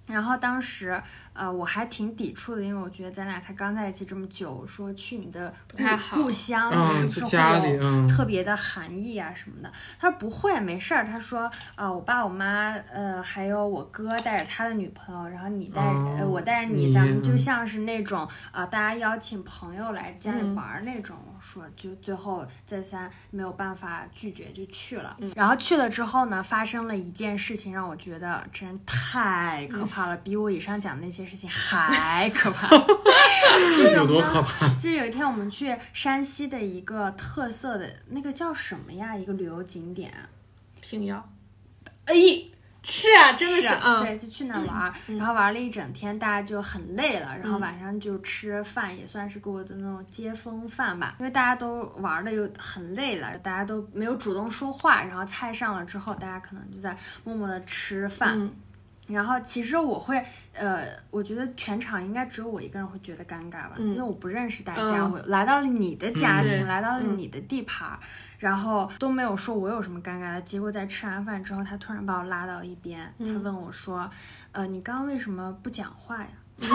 Speaker 3: 然后当时，呃，我还挺抵触的，因为我觉得咱俩才刚在一起这么久，我说去你的故
Speaker 2: 太好
Speaker 3: 故乡，是
Speaker 4: 嗯，
Speaker 3: 不是
Speaker 4: 在
Speaker 3: 会
Speaker 4: 家
Speaker 3: 有
Speaker 4: 里，嗯，
Speaker 3: 特别的含义啊什么的。他说不会，没事儿。他说，呃，我爸、我妈，呃，还有我哥带着他的女朋友，然后你带着，
Speaker 4: 哦
Speaker 3: 呃，我带着
Speaker 4: 你
Speaker 3: 你，咱们就
Speaker 4: 嗯
Speaker 3: 像是那种，呃，大家邀请朋友来家里玩儿那种。我说，就最后再三没有办法拒绝，就去了。
Speaker 4: 嗯
Speaker 3: 然后去了之后呢，发生了一件事情，让我觉得真太可怕了，
Speaker 4: *laughs*
Speaker 3: 比我以上讲的那些事情还可怕。
Speaker 4: 这有多可
Speaker 2: *laughs*
Speaker 4: 怕？
Speaker 3: 就是有一天我们去山西的一个特色的那个叫什么呀？一个旅游景点，
Speaker 2: 平遥，
Speaker 3: 哎，是啊，真
Speaker 2: 的是嗯
Speaker 3: 对，就去那玩儿，
Speaker 2: 嗯
Speaker 3: 然后玩了一整天，大家就很累了，然后
Speaker 2: 嗯
Speaker 3: 晚上就吃饭，也算是给我的那种接风饭
Speaker 2: 嗯
Speaker 3: 吧，因为大家都玩的又很累了，大家都没有主动说话，然后菜上了之后，大家可能就在默默的吃饭。
Speaker 2: 嗯
Speaker 3: 然后其实我会，呃，我觉得全场应该只有我一个人会觉得尴尬吧，
Speaker 2: 嗯
Speaker 3: 因为我不认识大家，
Speaker 2: 嗯
Speaker 3: 我来到了你的家
Speaker 2: 对
Speaker 3: 庭，来到了
Speaker 2: 嗯
Speaker 3: 你的地盘儿，然后都没有说我有什么尴尬的。结果在吃完饭之后，他突然把我拉到一边，他
Speaker 2: 嗯
Speaker 3: 问我说：“呃，你刚刚为什么不讲话
Speaker 2: *laughs*
Speaker 3: 呀？”我说：“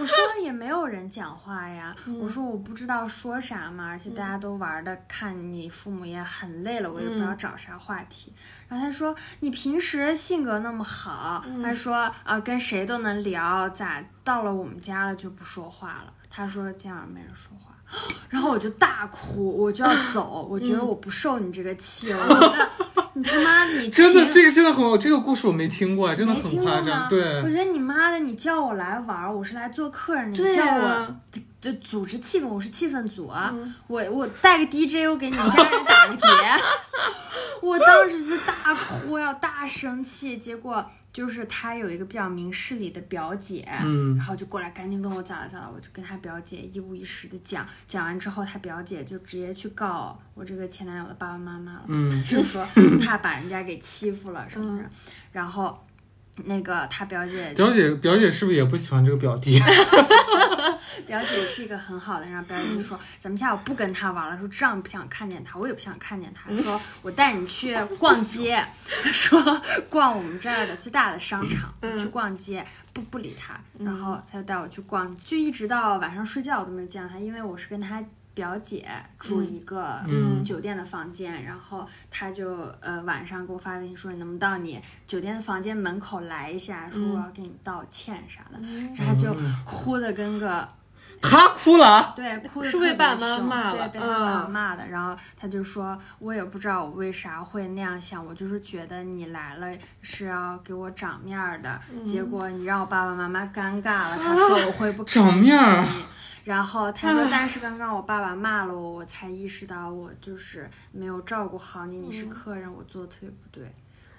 Speaker 3: 我说也没有人讲话呀。
Speaker 2: 嗯
Speaker 3: 我说：“我不知道说啥嘛，而且大家都玩的，看你父母也很累了，我也不知道
Speaker 2: 嗯
Speaker 3: 找啥话题。然后他说：“你平时性格那么好，
Speaker 4: 嗯
Speaker 3: 他说啊、跟谁都能聊，咋到了我们家了就不说话了？”他说：“今晚没人说话。” *gasps* 然后我就大哭，我就要走，我觉得
Speaker 4: 嗯
Speaker 3: 我不受你这个气，
Speaker 4: *laughs*
Speaker 3: 我觉得你他妈你
Speaker 4: 真的，
Speaker 3: 情
Speaker 4: 这个真的很，我这个故事我没听过，真的
Speaker 3: 没听
Speaker 4: 很
Speaker 3: 过
Speaker 4: 夸
Speaker 3: 吗
Speaker 4: 张。？
Speaker 3: 我
Speaker 4: 对，
Speaker 3: 觉得你妈的，你叫我来玩儿，我是来做客人，你
Speaker 2: 对
Speaker 3: 叫
Speaker 2: 呀
Speaker 3: 我就组织气氛，我是气氛组啊，我我带个 DJ，我给你们家人打个碟，我当时是大哭呀，大生气，结果就是他有一个比较明事理的表姐，
Speaker 4: 嗯
Speaker 3: 然后就过来赶紧问我咋了咋了，我就跟他表姐一五一十的讲，讲完之后，他表姐就直接去告我这个前男友的爸爸妈妈了，
Speaker 4: 嗯
Speaker 3: 就说他把人家给欺负了什么的，然后。那个他表姐
Speaker 4: 表姐表姐是不是也不喜欢这个表弟？
Speaker 3: 表姐是一个很好的人，然后表姐就说咱们下午不跟他玩了，说这样不想看见他，我也不想看见他，
Speaker 2: 嗯
Speaker 3: 说我带你去逛街， *laughs* 说逛我们这儿的最大的商场，
Speaker 2: 嗯
Speaker 3: 去逛街，不不理他，然后他就带我去逛，就一直到晚上睡觉我都没有见到他，因为我是跟他。表姐住一个
Speaker 4: 嗯
Speaker 3: 酒店的房间，然后他就呃晚上给我发微信说你能不能到你酒店的房间门口来一下，说我要给你道歉啥的，然后他
Speaker 4: 嗯
Speaker 3: 就哭的跟个
Speaker 4: 他哭了啊，
Speaker 3: 对，哭得
Speaker 2: 呃是被
Speaker 3: 特别
Speaker 2: 爸妈
Speaker 3: 凶
Speaker 2: 骂
Speaker 3: 对，
Speaker 2: 了
Speaker 3: 被他爸妈
Speaker 2: 嗯
Speaker 3: 骂的。然后他就说，我也不知道我为啥会那样想，我就是觉得你来了是要给我长面儿的，
Speaker 2: 嗯
Speaker 3: 结果你让我爸爸妈妈尴尬了。
Speaker 2: 啊
Speaker 3: 他说我
Speaker 2: *laughs*
Speaker 3: 会不开
Speaker 4: 长面儿
Speaker 3: 心然后他
Speaker 2: 嗯
Speaker 3: 说，但是刚刚我爸爸骂了我，我才意识到我就是没有照顾好你，你是
Speaker 2: 嗯
Speaker 3: 客人，我做的特别不对。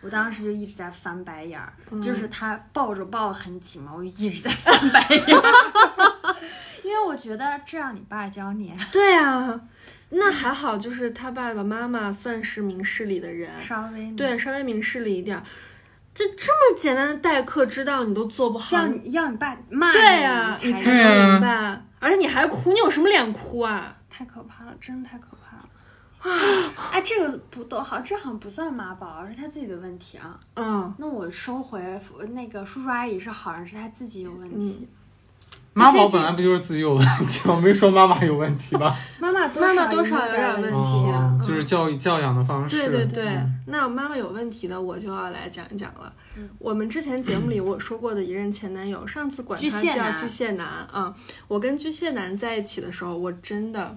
Speaker 3: 我当时就一直在翻白眼儿，就是
Speaker 2: 嗯
Speaker 3: 他抱着抱得很紧嘛，我一直在翻白眼儿， *laughs* 因为我觉得这让你爸教你
Speaker 2: 对啊，那还好，就是他爸爸妈妈算是明事理的人，
Speaker 3: 稍微
Speaker 2: 对，稍微明事理一点儿。就这么简单的待客之道你都做不好，
Speaker 3: 叫你要你爸骂
Speaker 2: 对呀、
Speaker 3: 你
Speaker 2: 你
Speaker 3: 才
Speaker 2: 才
Speaker 4: 对
Speaker 2: 能
Speaker 4: 啊
Speaker 2: 明白、而且你还哭，你有什么脸哭啊？
Speaker 3: 太可怕了，真太可怕了。哎，这个不都好，这好像不算妈宝，而是他自己的问题啊。
Speaker 2: 嗯，
Speaker 3: 那我收回那个叔叔阿姨是好像是他自己有问题，
Speaker 2: 嗯
Speaker 4: 妈宝
Speaker 2: 这
Speaker 4: 本来不就是自己有问题 *laughs* 吗？没说妈妈有问题
Speaker 2: *laughs*
Speaker 4: 吧？
Speaker 3: 妈妈多
Speaker 2: 妈妈
Speaker 3: 多
Speaker 2: 多少有点问
Speaker 3: 问啊
Speaker 2: 题
Speaker 4: 哦
Speaker 2: 嗯
Speaker 4: 就是教育教养的方式。
Speaker 2: 对对对。
Speaker 4: 嗯
Speaker 2: 那妈妈有问题的，我就要来讲一讲了。
Speaker 3: 嗯
Speaker 2: 我们之前节目里我说过的一任前男友，上次管
Speaker 3: 巨蟹
Speaker 2: 他叫
Speaker 3: 男
Speaker 2: 巨蟹男啊、我跟巨蟹男在一起的时候，我真的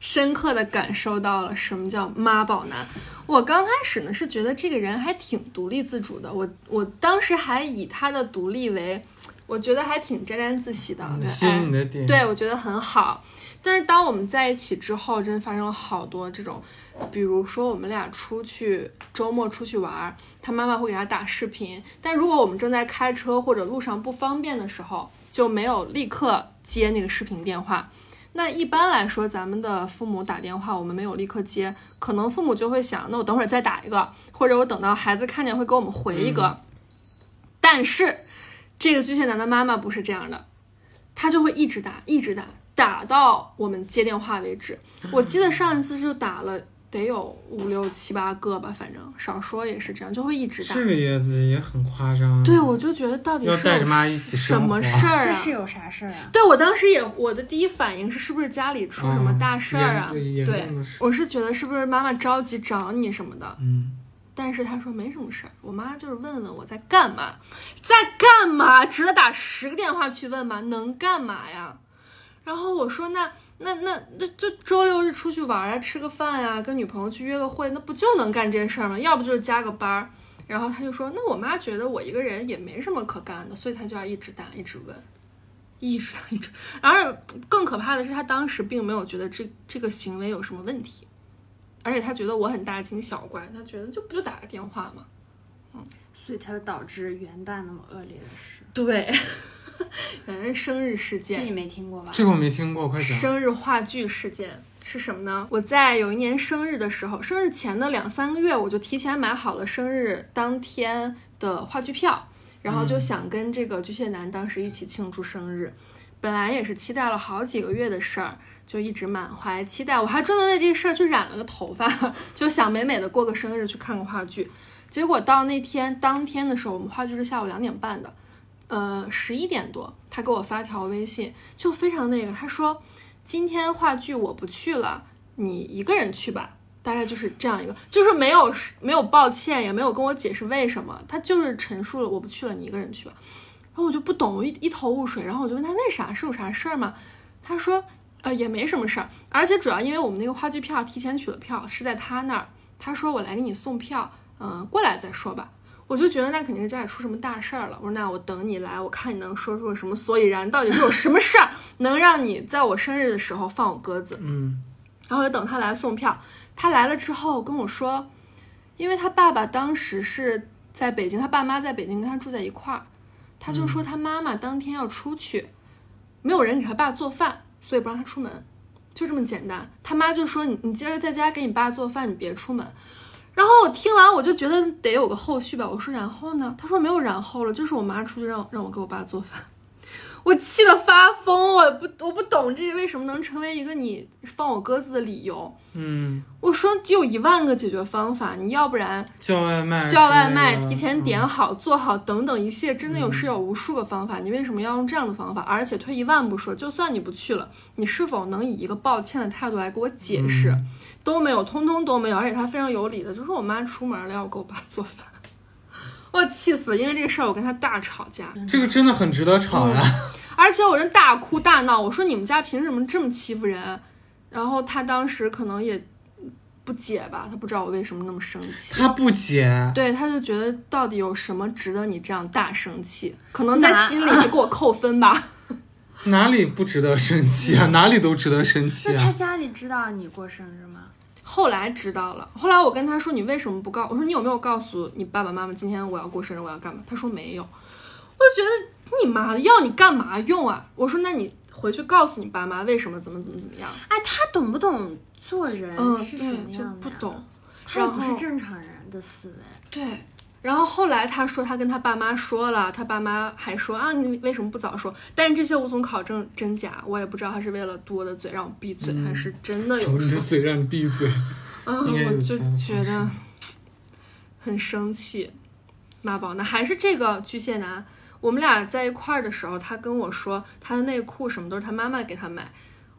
Speaker 2: 深刻的感受到了什么叫妈宝男。我刚开始呢是觉得这个人还挺独立自主的，我我当时还以他的独立为，我觉得还挺沾沾自喜的。对
Speaker 4: 吸
Speaker 2: 哎
Speaker 4: 引你的点，
Speaker 2: 对，我觉得很好。但是当我们在一起之后，真的发生了好多这种，比如说我们俩出去周末出去玩儿，他妈妈会给他打视频，但如果我们正在开车或者路上不方便的时候，就没有立刻接那个视频电话。那一般来说，咱们的父母打电话，我们没有立刻接，可能父母就会想，那我等会儿再打一个，或者我等到孩子看见会给我们回一个。但是这个巨蟹男的妈妈不是这样的，他就会一直打，一直打，打到我们接电话为止。
Speaker 4: 嗯
Speaker 2: 我记得上一次就打了得有五六七八个吧，反正少说也是这样，就会一直打。
Speaker 4: 这个也也很夸张。
Speaker 2: 对，我就觉得到底
Speaker 4: 要
Speaker 2: 是
Speaker 4: 带
Speaker 2: 有
Speaker 4: 着妈
Speaker 2: 什
Speaker 4: 一起
Speaker 2: 什
Speaker 4: 生
Speaker 2: 么
Speaker 4: 活
Speaker 2: 事儿
Speaker 3: 这
Speaker 2: 啊
Speaker 3: 是？有啥事儿啊？
Speaker 2: 对我当时也，我的第一反应是是不是家里出什么
Speaker 4: 嗯
Speaker 2: 大事儿啊？
Speaker 4: 严严
Speaker 2: 对
Speaker 4: 重的，事
Speaker 2: 我是觉得是不是妈妈着急找你什么的？
Speaker 4: 嗯，
Speaker 2: 但是她说没什么事儿，我妈就是问问我在干嘛，在干嘛，值得打十个电话去问吗？能干嘛呀？然后我说那那那那就周六日出去玩啊，吃个饭呀、跟女朋友去约个会，那不就能干这事儿吗？要不就是加个班儿。然后他就说，那我妈觉得我一个人也没什么可干的，所以她就要一直打，一直问，一直打，一直。而更可怕的是，她当时并没有觉得这这个行为有什么问题，而且她觉得我很大惊小怪，她觉得就不就打个电话嘛。
Speaker 3: 所以才会导致元旦那么恶劣的事。
Speaker 2: 对， *laughs* 反正生日事
Speaker 3: 这
Speaker 2: 件
Speaker 3: 你，没听过吧？
Speaker 4: 这个我没听过，快讲。
Speaker 2: 生日话剧事件是什么呢？我在有一年生日的时候，生日前的两三个月，我就提前买好了生日当天的话剧票，然后就想跟这个巨蟹男当时一起庆祝生日。本来也是期待了好几个月的事儿，就一直满怀期待。我还专门为这个事儿去染了个头发， *laughs* 就想美美的过个生日，去看个话剧。结果到那天当天的时候，我们话剧是下午两点半的，呃，十一点多，他给我发条微信，就非常那个，他说今天话剧我不去了，你一个人去吧。大概就是这样一个，就是没有没有抱歉，也没有跟我解释为什么，他就是陈述了我不去了，你一个人去吧。然后我就不懂，我一一头雾水。然后我就问他为啥，是有啥事儿吗？他说，呃，也没什么事儿，而且主要因为我们那个话剧票提前取了票是在他那儿，他说我来给你送票，嗯、过来再说吧。我就觉得那肯定是家里出什么大事儿了。我说那我等你来，我看你能说出个什么所以然，到底是有什么事儿能让你在我生日的时候放我鸽子？
Speaker 4: 嗯，
Speaker 2: 然后就等他来送票。他来了之后跟我说，因为他爸爸当时是在北京，他爸妈在北京跟他住在一块儿，他就说他妈妈当天要出去，没有人给他爸做饭，所以不让他出门，就这么简单。他妈就说你你今儿在家给你爸做饭，你别出门。然后我听完我就觉得得有个后续吧，我说然后呢？他说没有然后了，就是我妈出去让让我给我爸做饭。我气得发疯，我不我不懂这为什么能成为一个你放我鸽子的理由。
Speaker 4: 嗯，
Speaker 2: 我说有一万个解决方法，你要不然
Speaker 4: 叫外卖，
Speaker 2: 叫外卖、提
Speaker 4: 嗯
Speaker 2: 前点好、做好等等一切，真的有是有无数个方法，你为什么要用这样的方法？而且退一万步说，就算你不去了，你是否能以一个抱歉的态度来给我解释？
Speaker 4: 嗯
Speaker 2: 都没有，通通都没有。而且他非常有理的，就是我妈出门了，要我给我爸做饭， *laughs* 我气死了，因为这个事儿我跟他大吵架。
Speaker 4: 嗯这个真的很值得啊吵呀、
Speaker 2: 嗯而且我人大哭大闹，我说你们家凭什么这么欺负人？然后他当时可能也不解吧，他不知道我为什么那么生气。
Speaker 4: 他不解，
Speaker 2: 对，他就觉得到底有什么值得你这样大生气？可能在心里就给我扣分吧。 *laughs*
Speaker 4: 哪里不值得生气啊？哪里都值得生气
Speaker 3: 那他
Speaker 4: 啊！
Speaker 3: 家里知道你过生日吗？
Speaker 2: 后来知道了，后来我跟他说你为什么不告？我说你有没有告诉你爸爸妈妈今天我要过生日，我要干嘛？他说没有。我就觉得你妈的要你干嘛用啊？我说那你回去告诉你爸妈为什么怎么怎么怎么样。
Speaker 3: 哎，他懂不懂做人
Speaker 2: 嗯，
Speaker 3: 是什么
Speaker 2: 对，就
Speaker 3: 样的
Speaker 2: 不
Speaker 3: 呀
Speaker 2: 懂。
Speaker 3: 他又不
Speaker 2: 然
Speaker 3: 是
Speaker 2: 后
Speaker 3: 正常人的思维。
Speaker 2: 对，然后后来他说他跟他爸妈说了，他爸妈还说啊，你为什么不早说？但是这些无从考证真假，我也不知道他是为了堵我的嘴让我闭嘴，还
Speaker 4: 嗯
Speaker 2: 是真的有
Speaker 4: 捂
Speaker 2: 说
Speaker 4: 着。嘴让你闭嘴，
Speaker 2: 嗯，
Speaker 4: 应该有
Speaker 2: 我就
Speaker 4: 相关
Speaker 2: 觉
Speaker 4: 方
Speaker 2: 得很生气，妈宝男还是这个巨蟹男。我们俩在一块儿的时候，他跟我说他的内裤什么都是他妈妈给他买。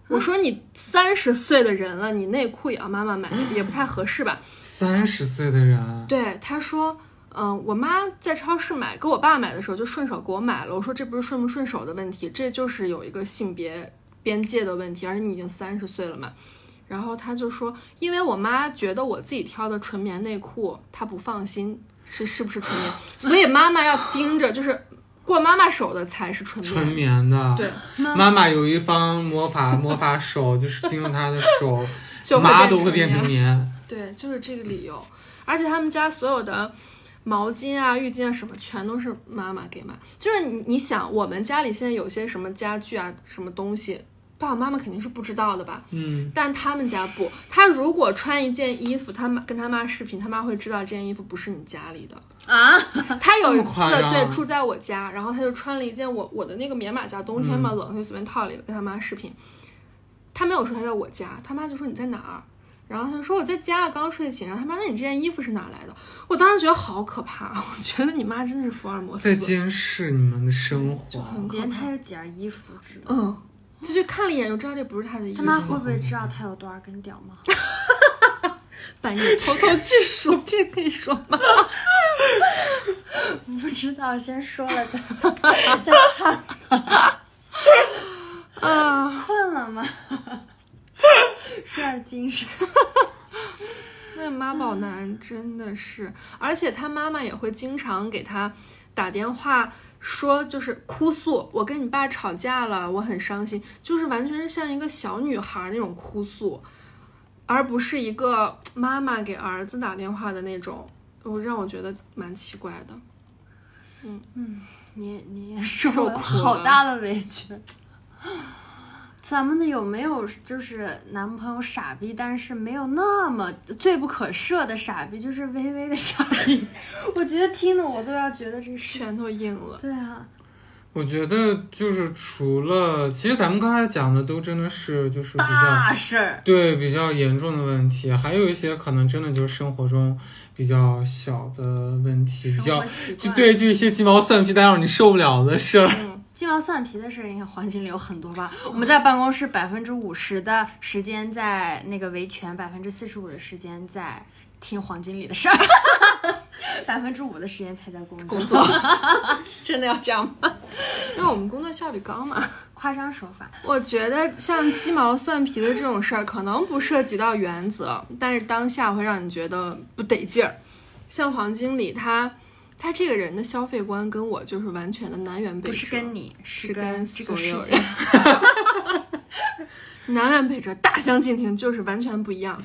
Speaker 2: 我说你三十岁的人了，你内裤也要妈妈买，也不太合适吧？
Speaker 4: 三十岁的人，
Speaker 2: 对，他说，嗯、我妈在超市买，给我爸买的时候就顺手给我买了。我说这不是顺不顺手的问题，这就是有一个性别边界的问题，而且你已经三十岁了嘛。然后他就说，因为我妈觉得我自己挑的纯棉内裤，她不放心是是不是纯棉， *laughs* 所以妈妈要盯着，就是过妈妈手的才是纯
Speaker 4: 纯
Speaker 2: 棉。
Speaker 4: 棉的，
Speaker 2: 对，
Speaker 4: 妈妈有一方魔法魔法手，就是经用她的手，
Speaker 2: *laughs* 就会
Speaker 4: 麻
Speaker 2: 变
Speaker 4: 都会
Speaker 2: 纯
Speaker 4: 变
Speaker 2: 棉
Speaker 4: 成棉。
Speaker 2: 对，就是这个理由。而且他们家所有的毛巾啊、浴巾啊什么，全都是妈妈给买。就是你你想，我们家里现在有些什么家具啊、什么东西，爸爸妈妈肯定是不知道的吧？
Speaker 4: 嗯，
Speaker 2: 但他们家不，他如果穿一件衣服，他妈跟他妈视频，他妈会知道这件衣服不是你家里的。
Speaker 3: 啊，
Speaker 2: 他有一
Speaker 4: 这么
Speaker 2: 次
Speaker 4: 夸张
Speaker 2: 对住在我家，然后他就穿了一件我我的那个棉马甲，冬天
Speaker 4: 嗯
Speaker 2: 嘛冷，他就随便套了一个，跟他妈视频。他没有说他在我家，他妈就说你在哪儿，然后他就说我在家，刚睡醒。然后他妈，那你这件衣服是哪儿来的？我当时觉得好可怕， *laughs* 我觉得你妈真的是福尔摩
Speaker 4: 在
Speaker 2: 斯，
Speaker 4: 监视你们的生
Speaker 2: 就
Speaker 4: 活，
Speaker 2: 很
Speaker 3: *laughs*
Speaker 2: 可
Speaker 3: 连
Speaker 2: 怕
Speaker 3: 他。有几件衣服都知道。
Speaker 2: 嗯，就去看了一眼就知道这不是嗯他的衣
Speaker 3: 他
Speaker 2: 服，
Speaker 3: 妈会不会知道他有多少根屌毛？
Speaker 2: 半夜偷偷去数，这可以说吗？
Speaker 3: *laughs* 不知道，先说了 *laughs* 再再看。
Speaker 2: 啊，
Speaker 3: 困了吗？ *laughs* 说点精神。
Speaker 2: 那妈宝男真的是，而且他妈妈也会经常给他打电话说，就是哭诉我跟你爸吵架了，我很伤心，就是完全是像一个小女孩那种哭诉，而不是一个妈妈给儿子打电话的那种我让我觉得蛮奇怪的。
Speaker 5: 你你
Speaker 2: *laughs*
Speaker 5: 也受
Speaker 2: 受
Speaker 5: 了
Speaker 2: 苦
Speaker 5: 好
Speaker 2: 了
Speaker 5: 大的委屈。 *laughs* 咱们的有没有就是男朋友傻逼，但是没有那么罪不可赦的傻逼，就是微微的
Speaker 2: *laughs*
Speaker 5: 傻逼？我觉得听的我都要觉得这是。
Speaker 2: 拳头硬了，
Speaker 5: 对啊，
Speaker 4: 我觉得就是除了，其实咱们刚才讲的都真的是就是比较
Speaker 5: 大事儿。
Speaker 4: 对比较严重的问题，还有一些可能真的就是生活中比较小的问题，比
Speaker 5: 生
Speaker 4: 较
Speaker 5: 活习
Speaker 4: 就
Speaker 5: 惯，
Speaker 4: 对就一些鸡毛蒜皮但让你受不了的事儿。
Speaker 2: 嗯
Speaker 5: 鸡毛蒜皮的事儿应该黄经理有很多吧？我们在办公室百分之五十的时间在那个维权，百分之四十五的时间在听黄经理的事儿， *laughs* 百分之五的时间才在工作。
Speaker 2: 工作 *laughs* 真的要这样吗？ *laughs* 因为我们工作效率高嘛。
Speaker 5: 夸张手法，
Speaker 2: 我觉得像鸡毛蒜皮的这种事儿，可能不涉及到原则，但是当下会让你觉得不得劲儿。像黄经理他，他这个人的消费观跟我就是完全的南辕北辙，
Speaker 5: 不是跟你，
Speaker 2: 是
Speaker 5: 跟
Speaker 2: 跟
Speaker 5: 这个
Speaker 2: 所
Speaker 5: 世
Speaker 2: 有
Speaker 5: 界 *laughs*
Speaker 2: 人。南辕北辙，大相径庭，就是完全不一样。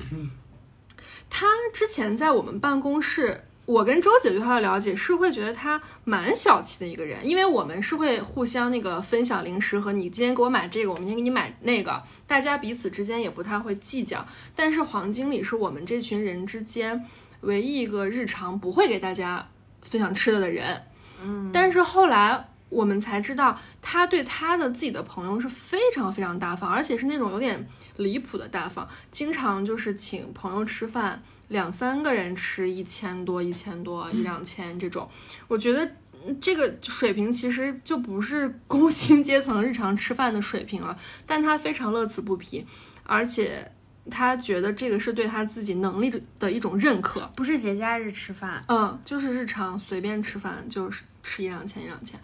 Speaker 2: 他之前在我们办公室，我跟周姐对他的了解是会觉得他蛮小气的一个人，因为我们是会互相那个分享零食和你今天给我买这个，我明天给你买那个，大家彼此之间也不太会计较。但是黄经理是我们这群人之间唯一一个日常不会给大家分享吃的的人。嗯，但是后来我们才知道，他对他的自己的朋友是非常非常大方，而且是那种有点离谱的大方，经常就是请朋友吃饭，两三个人吃一千多、一千多、一两千这种。我觉得嗯这个水平其实就不是 *laughs* 工薪阶层日常吃饭的水平了，但他非常乐此不疲，而且他觉得这个是对他自己能力的一种认可。
Speaker 5: 不是节假日吃饭，
Speaker 2: 嗯，就是日常随便吃饭就是吃一两千一两千，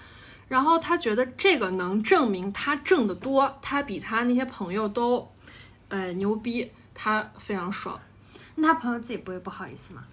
Speaker 2: 然后他觉得这个能证明他挣得多，他比他那些朋友都，呃牛逼，他非常爽。
Speaker 5: 那他朋友自己不会不好意思吗？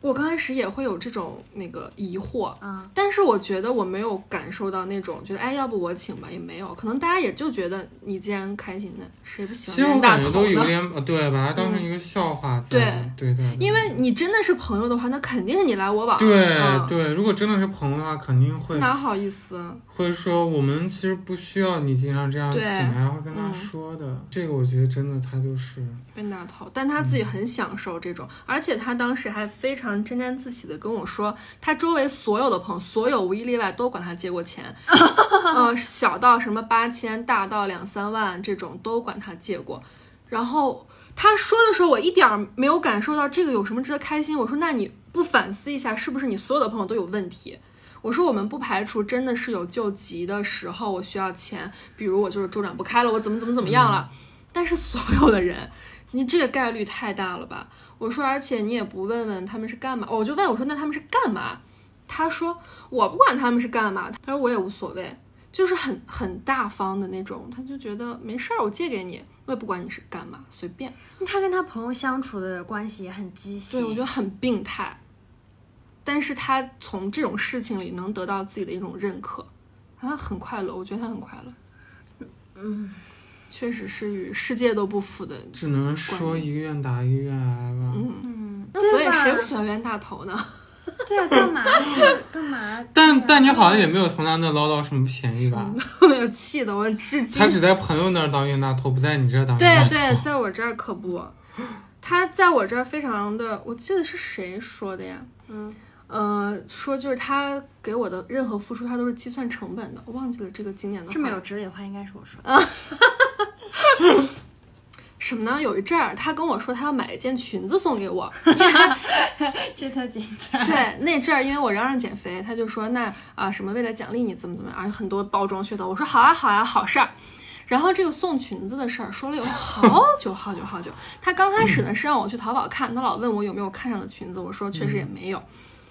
Speaker 2: 我刚开始也会有这种那个疑惑，
Speaker 5: 嗯，
Speaker 2: 但是我觉得我没有感受到那种觉得哎，要不我请吧，也没有，可能大家也就觉得你既然开心，那谁不喜
Speaker 4: 其实
Speaker 2: 欢
Speaker 4: 我
Speaker 2: 冤大
Speaker 4: 感觉
Speaker 2: 头
Speaker 4: 都有
Speaker 2: 呢？
Speaker 4: 点呃对，把它当成一个笑话在对待的。
Speaker 2: 因为你真的是朋友的话，那肯定是你来我往，
Speaker 4: 对
Speaker 2: 嗯
Speaker 4: 对，如果真的是朋友的话，肯定会
Speaker 2: 哪好意思？啊
Speaker 4: 会说我们其实不需要你经常这样请
Speaker 2: 对
Speaker 4: 啊，会跟他
Speaker 2: 嗯
Speaker 4: 说的。这个我觉得真的他就是
Speaker 2: 冤大头，但他自己很享受这种，而且他当时还非常沾沾自喜的跟我说，他周围所有的朋友，所有无一例外都管他借过钱，呃，小到什么八千，大到两三万这种都管他借过。然后他说的时候，我一点儿没有感受到这个有什么值得开心。我说，那你不反思一下，是不是你所有的朋友都有问题？我说我们不排除真的是有救急的时候，我需要钱，比如我就是周转不开了，我怎么怎么怎么样了。但是所有的人，你这个概率太大了吧？我说，而且你也不问问他们是干嘛，我就问我说，那他们是干嘛？他说我不管他们是干嘛，他说我也无所谓，就是很很大方的那种，他就觉得没事儿，我借给你，我也不管你是干嘛，随便。
Speaker 5: 他跟他朋友相处的关系也很畸形。
Speaker 2: 对，我觉得很病态，但是他从这种事情里能得到自己的一种认可，他很快乐，我觉得他很快乐。嗯，
Speaker 5: 嗯
Speaker 2: 确实是与世界都不符的。
Speaker 4: 只能说一个愿打一个愿挨吧。
Speaker 2: 嗯，
Speaker 5: 嗯，
Speaker 2: 那所
Speaker 5: 对
Speaker 2: 以
Speaker 5: 吧
Speaker 2: 谁不喜欢冤大头呢？
Speaker 5: 对啊，干
Speaker 2: *laughs*
Speaker 5: 嘛呀干嘛？
Speaker 2: 嗯
Speaker 4: 但但你好像也没有从他那捞到什么便宜吧？
Speaker 2: 没有气的，我至今
Speaker 4: 他只在朋友那儿当冤大头，不在你这儿当冤大
Speaker 2: 对
Speaker 4: 头。 *laughs*
Speaker 2: 对，在我这儿可不，他在我这儿非常的，我记得是谁说的呀？
Speaker 5: 嗯，
Speaker 2: 呃，说就是他给我的任何付出，他都是计算成本的。我忘记了这个经典的话
Speaker 5: 这么有哲理的话，应该是我说
Speaker 2: 啊
Speaker 5: 的。
Speaker 2: 什么呢？有一阵儿，他跟我说他要买一件裙子送给我。
Speaker 5: *laughs* 这特精彩。
Speaker 2: 对，那阵儿因为我嚷嚷减肥，他就说那啊什么为了奖励你怎么怎么样，啊很多包装噱头。我说好啊好啊好事儿。然后这个送裙子的事儿说了有好久好久好久。他刚开始呢是让我去淘宝看，他老问我有没有看上的裙子，我说确实也没有。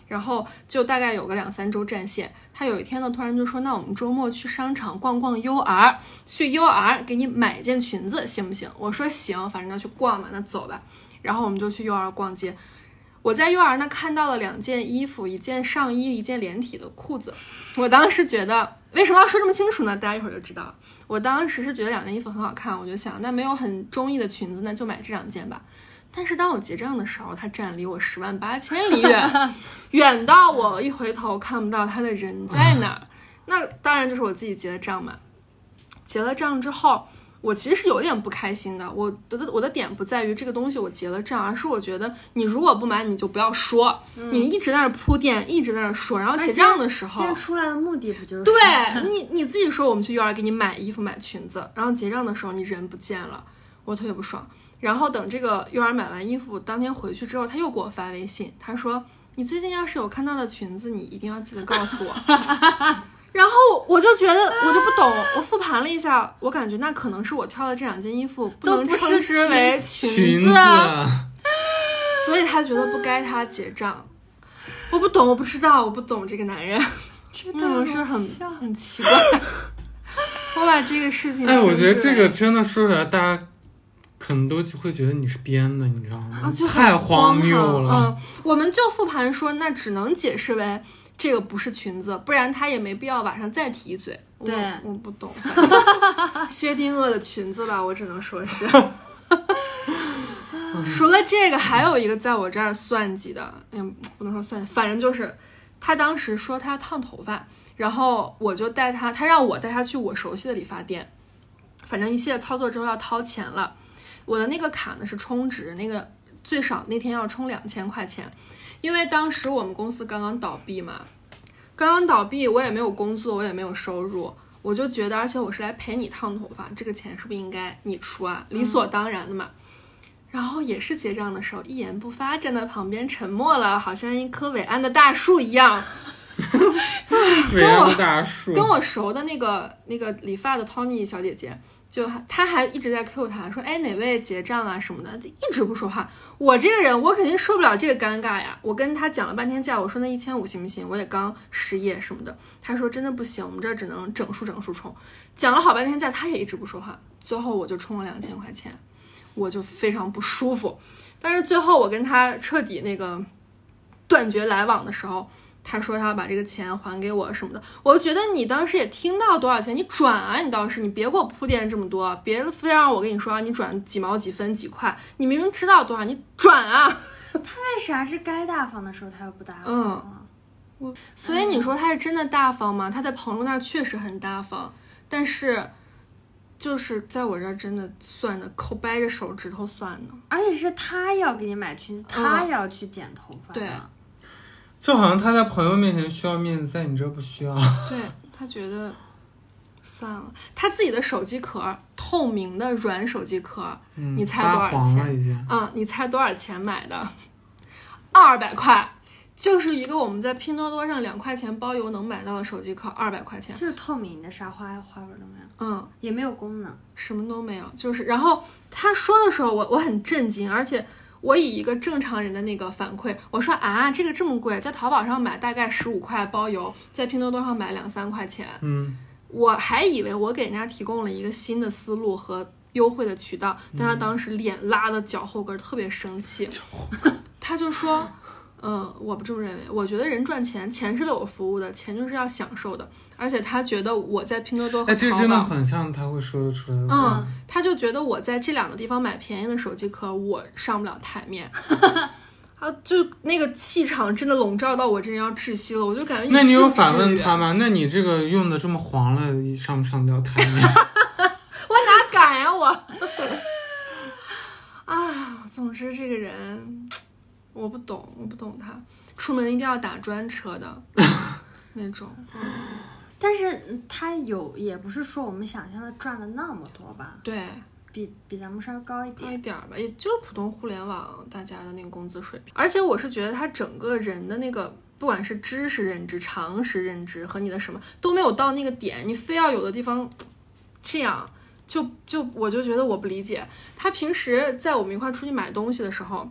Speaker 2: 然后就大概有个两三周战线，他有一天呢突然就说，那我们周末去商场逛逛 UR，去 UR 给你买一件裙子行不行？我说行，反正要去逛嘛，那走吧。然后我们就去 UR 逛街，我在幼儿呢看到了两件衣服，一件上衣，一件连体的裤子。我当时觉得，为什么要说这么清楚呢？大家一会儿就知道了。我当时是觉得两件衣服很好看，我就想，那没有很中意的裙子，那就买这两件吧。但是当我结账的时候，他站离我十万八千里远，
Speaker 5: *laughs*
Speaker 2: 远到我一回头看不到他的人在
Speaker 5: *laughs*
Speaker 2: 哪儿。那当然就是我自己结的账嘛。结了账之后，我其实是有点不开心的。我的我的点不在于这个东西我结了账，而是我觉得你如果不买，你就不要说，你一直在那儿铺垫，一直在那儿说，然后结账的时候
Speaker 5: 嗯今，天出来的目的不就是
Speaker 2: 对 *laughs* 你你自己说，我们去幼儿园给你买衣服、买裙子，然后结账的时候你人不见了，我特别不爽。然后等这个幼儿园买完衣服，当天回去之后，他又给我发微信，他说：“你最近要是有看到的裙子，你一定要记得告诉我。”然后我就觉得我就不懂，我复盘了一下，我感觉那可能是我挑的这两件衣服不
Speaker 5: 都
Speaker 2: 能
Speaker 5: 不是
Speaker 2: 称之
Speaker 5: 裙
Speaker 2: 为
Speaker 4: 裙
Speaker 2: 子啊
Speaker 4: 子
Speaker 2: 所以他觉得不该他结账。我不懂，我不知道，我不懂这个男人，嗯，是很很奇怪。我把这个事情，
Speaker 4: 哎，我觉得这个真的说出来，大家可能都会觉得你是编的，你知道吗？
Speaker 2: 啊就很
Speaker 4: 太荒
Speaker 2: 谬
Speaker 4: 谬了。 *laughs*
Speaker 2: 嗯，我们就复盘说，那只能解释为这个不是裙子，不然他也没必要晚上再提一嘴。我
Speaker 5: 对
Speaker 2: 我不懂，反正 *laughs* 薛定谔的裙子吧，我只能说是。除了这个，还有一个在我这儿算计的，嗯，不能说算计，反正就是他当时说他要烫头发，然后我就带他，他让我带他去我熟悉的理发店，反正一系列操作之后要掏钱了。我的那个卡呢是充值，那个最少那天要充两千块钱，因为当时我们公司刚刚倒闭嘛，刚刚倒闭，我也没有工作，我也没有收入，我就觉得，而且我是来陪你烫头发，这个钱是不是应该你出啊？理所当然的嘛。然后也是结账的时候一言不发，站在旁边沉默了，好像一棵伟岸的大树一样。
Speaker 4: 伟岸的大树，
Speaker 2: 跟我熟的那个那个理发的 Tony 小姐姐，就还她还一直在 Q 她说，哎，哪位结账啊什么的，一直不说话。我这个人，我肯定受不了这个尴尬呀。我跟她讲了半天价，我说那一千五行不行？我也刚失业什么的。她说真的不行，我们这儿只能整数整数充。讲了好半天价，她也一直不说话。最后我就充了两千块钱，我就非常不舒服。但是最后我跟她彻底那个断绝来往的时候，他说他要把这个钱还给我什么的，我就觉得你当时也听到多少钱，你转啊，你倒是你别给我铺垫这么多，别非让我跟你说啊你转几毛几分几块，你明明知道多少，你转啊。
Speaker 5: 为啥是该大方的时候他又不大方
Speaker 2: 嗯
Speaker 5: 啊？
Speaker 2: 所以你说他是真的大方吗？他在朋友那儿确实很大方，但是就是在我这儿真的算的抠掰着手指头算呢。
Speaker 5: 而且是他要给你买裙子，他要去剪头发的。
Speaker 2: 嗯对
Speaker 4: 就好像他在朋友面前需要面子，在你这不需要。
Speaker 2: 对他觉得算了，他自己的手机壳儿透明的软手机壳儿，
Speaker 4: 嗯
Speaker 2: *laughs* 你猜多
Speaker 4: 发
Speaker 2: 少
Speaker 4: 黄
Speaker 2: 钱
Speaker 4: 了已经。
Speaker 2: 啊、你猜多少钱买的？ *laughs* 二百块，就是一个我们在拼多多上两块钱包邮能买到的手机壳，二百块钱。
Speaker 5: 就是透明的，啥花花纹都没有，
Speaker 2: 嗯，
Speaker 5: 也没有功能。
Speaker 2: 什么都没有，就是。然后他说的时候我，我很震惊，而且我以一个正常人的那个反馈，我说啊，这个这么贵，在淘宝上买大概十五块包邮，在拼多多上买两三块钱。
Speaker 4: 嗯，
Speaker 2: 我还以为我给人家提供了一个新的思路和优惠的渠道，但
Speaker 4: 嗯
Speaker 2: 他当时脸拉的脚后跟儿，特别生气， *laughs* 他就说。嗯，我不这么认为。我觉得人赚钱，钱是为我服务的，钱就是要享受的。而且他觉得我在拼多多和
Speaker 4: 哎，
Speaker 2: 淘
Speaker 4: 这
Speaker 2: 宝，
Speaker 4: 真的很像他会说得出来的话。
Speaker 2: 嗯，他就觉得我在这两个地方买便宜的手机壳，我上不了台
Speaker 4: *laughs*
Speaker 2: 面。啊，就那个气场真的笼罩到我，真的要窒息了。我就感觉
Speaker 4: 那你有
Speaker 2: 哎至不
Speaker 4: 反问
Speaker 2: 至于啊
Speaker 4: 他吗？那你这个用的这么黄了，上不上得了台
Speaker 2: *laughs*
Speaker 4: 面？
Speaker 2: 我哪敢呀、我！ *laughs* 啊，总之这个人，我不懂，我不懂他。出门一定要打专车的那种，嗯，
Speaker 5: 但是嗯他有，也不是说我们想象的赚的那么多吧，
Speaker 2: 对，
Speaker 5: 比比咱们稍微高一
Speaker 2: 高
Speaker 5: 点。
Speaker 2: 一点儿吧，也就是普通互联网大家的那个工资水平。而且我是觉得他整个人的那个，不管是知识认知、常识认知和你的什么都没有到那个点，你非要有的地方这样，就就我就觉得我不理解。他平时在我们一块儿出去买东西的时候，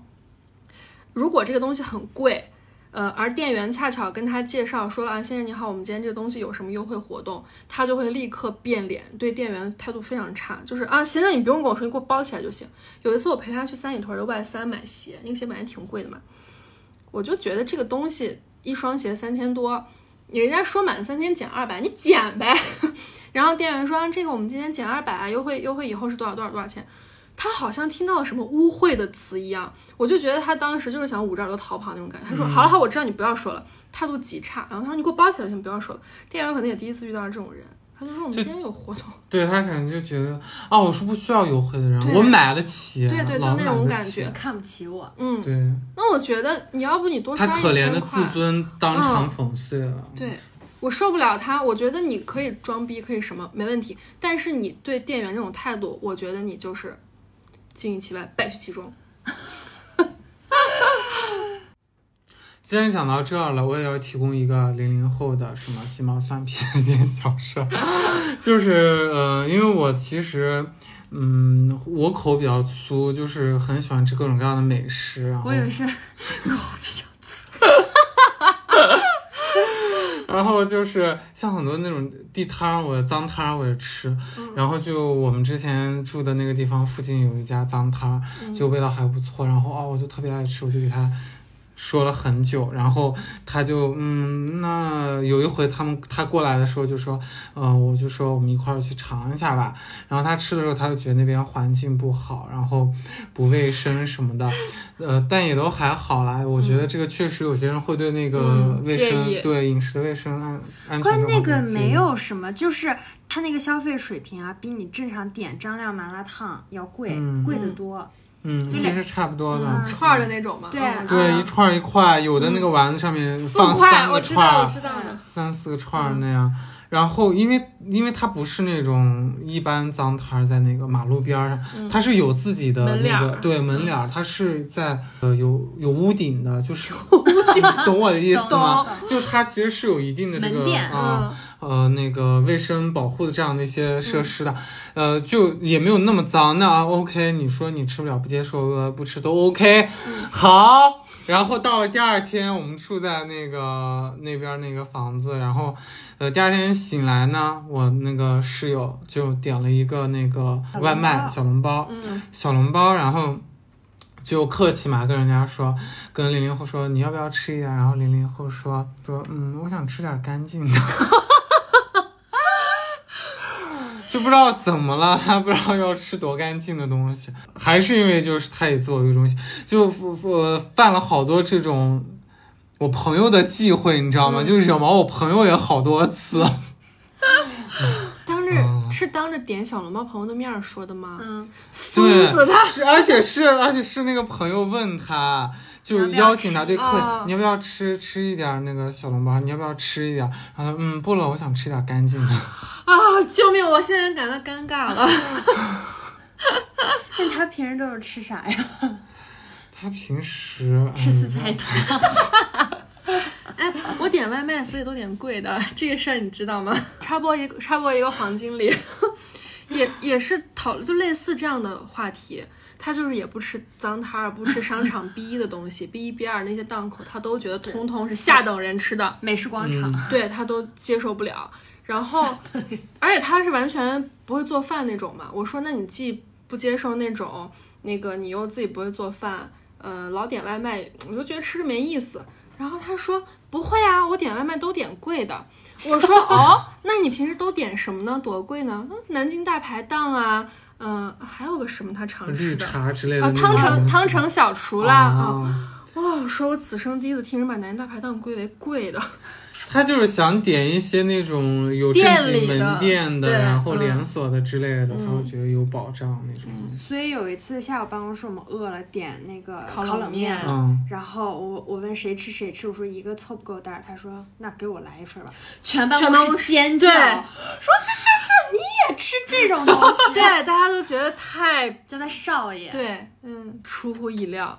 Speaker 2: 如果这个东西很贵。呃，而店员恰巧跟他介绍说啊，先生你好，我们今天这个东西有什么优惠活动，他就会立刻变脸，对店员态度非常差，就是啊，行了，你不用跟我说，你给我包起来就行。有一次我陪他去三里屯的外三买鞋，那个鞋本来挺贵的嘛，我就觉得这个东西一双鞋三千多，你人家说满三千减二百，你 *laughs* 减呗。然后店员说、啊、这个我们今天减二百啊，优惠优惠以后是多少多少多少钱。他好像听到了什么污秽的词一样，我就觉得他当时就是想捂着耳朵逃跑那种感觉。
Speaker 4: 嗯
Speaker 2: 他说：“好了好，我知道你不要说了。”态度极差。然后他说：“你给我包起来，先不要说了。”店员可能也第一次遇到这种人，他就说：“我们
Speaker 4: 这
Speaker 2: 今天有活动。
Speaker 4: 对他可能就觉得啊，我是不需要优惠的人，
Speaker 2: 对
Speaker 4: 我买得起，
Speaker 2: 对对就
Speaker 4: 老
Speaker 2: 那
Speaker 4: 买
Speaker 2: 种
Speaker 4: 得
Speaker 2: 感
Speaker 4: 起
Speaker 2: 觉
Speaker 5: 看不起我。”
Speaker 2: 嗯，
Speaker 4: 对
Speaker 2: 那我觉得你要不你多
Speaker 4: 他
Speaker 2: 刷
Speaker 4: 可
Speaker 2: 一
Speaker 4: 怜
Speaker 2: 千
Speaker 4: 的自
Speaker 2: 块，嗯
Speaker 4: 尊当场粉碎了。
Speaker 5: 嗯
Speaker 2: 对我受不了他。我觉得你可以装逼，可以什么没问题，但是你对店员这种态度，我觉得你就是金玉其外，败絮其中。
Speaker 4: 既然讲到这儿了，我也要提供一个零零后的什么鸡毛蒜皮的一件小事
Speaker 2: *laughs*
Speaker 4: 儿，就是呃，因为我其实嗯，我口比较粗，就是很喜欢吃各种各样的美食，然后
Speaker 5: 我以为是口比较
Speaker 4: 然后就是像很多那种地摊儿，我脏摊儿我也吃。然后就我们之前住的那个地方附近有一家脏摊儿，
Speaker 5: 嗯
Speaker 2: 嗯
Speaker 4: 就味道还不错。然后哦，我就特别爱吃，我就给他说了很久。然后他就嗯，那有一回他们他过来的时候就说，呃，我就说我们一块儿去尝一下吧。然后他吃的时候他就觉得那边环境不好，然后不卫生什么的，呃，但也都还好啦。我觉得这个确实有些人会对那个
Speaker 2: 嗯
Speaker 4: 卫
Speaker 2: 介
Speaker 4: 生
Speaker 2: 意
Speaker 4: 对饮食的卫生安安全
Speaker 5: 关
Speaker 4: 状
Speaker 5: 那
Speaker 4: 况
Speaker 5: 个
Speaker 4: 不及
Speaker 5: 没有什么，就是它那个消费水平啊，比你正常点张亮麻辣烫要贵，
Speaker 4: 嗯
Speaker 5: 贵得多。
Speaker 4: 嗯，
Speaker 5: 就
Speaker 4: 其
Speaker 5: 那
Speaker 4: 实差不多的
Speaker 5: 嗯。
Speaker 2: 串儿的那种嘛，
Speaker 5: 对
Speaker 2: 嗯
Speaker 4: 对，
Speaker 5: 啊
Speaker 4: 一串儿一块，有的那个丸子上面
Speaker 2: 四
Speaker 4: 放
Speaker 2: 块，
Speaker 4: 三
Speaker 2: 我
Speaker 4: 个
Speaker 2: 知
Speaker 4: 串
Speaker 2: 道，我
Speaker 4: 儿，
Speaker 2: 知道的。
Speaker 4: 三四个串儿那样。然后，因为因为它不是那种一般脏摊儿，在那个马路边儿上，它是有自己的
Speaker 2: 门脸
Speaker 4: 那
Speaker 2: 儿
Speaker 4: 个对门脸儿，它是在呃有有屋顶的，就是你 *laughs* 嗯懂我的意思吗？就它其实是有一定的这
Speaker 5: 门
Speaker 4: 个
Speaker 5: 店
Speaker 4: 啊、
Speaker 2: 嗯
Speaker 4: 呃那个卫生保护的这样的一些设施的，呃，就也没有那么脏。那啊 OK，你说你吃不了不接受，呃，不吃都 OK，、好。然后到了第二天，我们住在那个那边那个房子，然后呃第二天醒来呢，我那个室友就点了一个那个外卖小笼包，
Speaker 2: 嗯，
Speaker 4: 小笼包，然后就客气嘛，跟人家说，跟零零后说你要不要吃一点，然后零零后说说嗯，我想吃点干净的， *laughs* 就不知道怎么了，他不知道要吃多干净的东西，还是因为就是他也自我为中心，就我犯了好多这种。我朋友的忌讳，你知道吗？就是惹毛我朋友也好多次。
Speaker 2: 当着
Speaker 4: 嗯
Speaker 2: 是当着点小笼包朋友的面儿说的吗？
Speaker 5: 嗯，
Speaker 4: 对
Speaker 2: 疯子他
Speaker 4: 是，而且是，而且是那个朋友问他，就
Speaker 5: 你要不要
Speaker 4: 邀请他
Speaker 5: 吃
Speaker 4: 对
Speaker 2: 啊
Speaker 4: 客，你要不要吃吃一点儿那个小笼包？你要不要吃一点儿？他说嗯，不了，我想吃点儿干净的。
Speaker 2: 啊！救命！我现在感到尴尬了。
Speaker 5: 那他平时都是吃啥呀？ *laughs*
Speaker 4: 他平时
Speaker 5: 吃
Speaker 4: 哎
Speaker 5: 四菜一汤。
Speaker 2: 哎，我点外卖，所以都点贵的， *laughs* 这个事儿你知道吗？插播一个，插播一个黄经理， *laughs* 也也是讨就类似这样的话题。他就是也不吃脏摊儿，不吃商场 *laughs* B 一的东西，B 一 B 二那些档口，他都觉得通通是下等人吃的。
Speaker 5: 美食
Speaker 4: 嗯
Speaker 5: 广场，
Speaker 4: *laughs*
Speaker 2: 对他都接受不了。然后，而且他是完全不会做饭那种嘛。我说，那你既不接受那种，那个你又自己不会做饭，呃，老点外卖，我就觉得吃着没意思。然后他说不会啊，我点外卖都点贵的。
Speaker 4: *laughs*
Speaker 2: 我说哦，那你平时都点什么呢？多贵呢？嗯南京大排档啊，嗯、还有个什么他常吃
Speaker 4: 嗯绿
Speaker 2: 的
Speaker 4: 茶之类的
Speaker 2: 啊，
Speaker 4: 那
Speaker 2: 汤
Speaker 4: 种东
Speaker 2: 城
Speaker 4: 西
Speaker 2: 汤城小厨啦啊。
Speaker 4: 啊，
Speaker 2: 哇，我说我此生第一次听人把南京大排档归为贵的。
Speaker 4: 他就是想点一些那种有正
Speaker 2: 店里
Speaker 4: 经
Speaker 2: 的
Speaker 4: 门店的，
Speaker 2: 对
Speaker 4: 然后
Speaker 2: 嗯
Speaker 4: 连锁的之类的，他会觉得有保障那种。
Speaker 5: 所以有一次下午办公室我们饿了，点那个
Speaker 2: 烤冷
Speaker 5: 冷面。
Speaker 2: 面
Speaker 4: 嗯，
Speaker 5: 然后我我问谁吃谁吃，我说一个凑不够袋儿，他说那给我来一份吧，全办
Speaker 2: 全办
Speaker 5: 公
Speaker 2: 公
Speaker 5: 室
Speaker 2: 室
Speaker 5: 尖叫，
Speaker 2: 对
Speaker 5: 说哈哈哈，你也吃这种东 *laughs* 西，
Speaker 2: 对，大家都觉得太
Speaker 5: 叫他少爷，
Speaker 2: 对，嗯，出乎意料。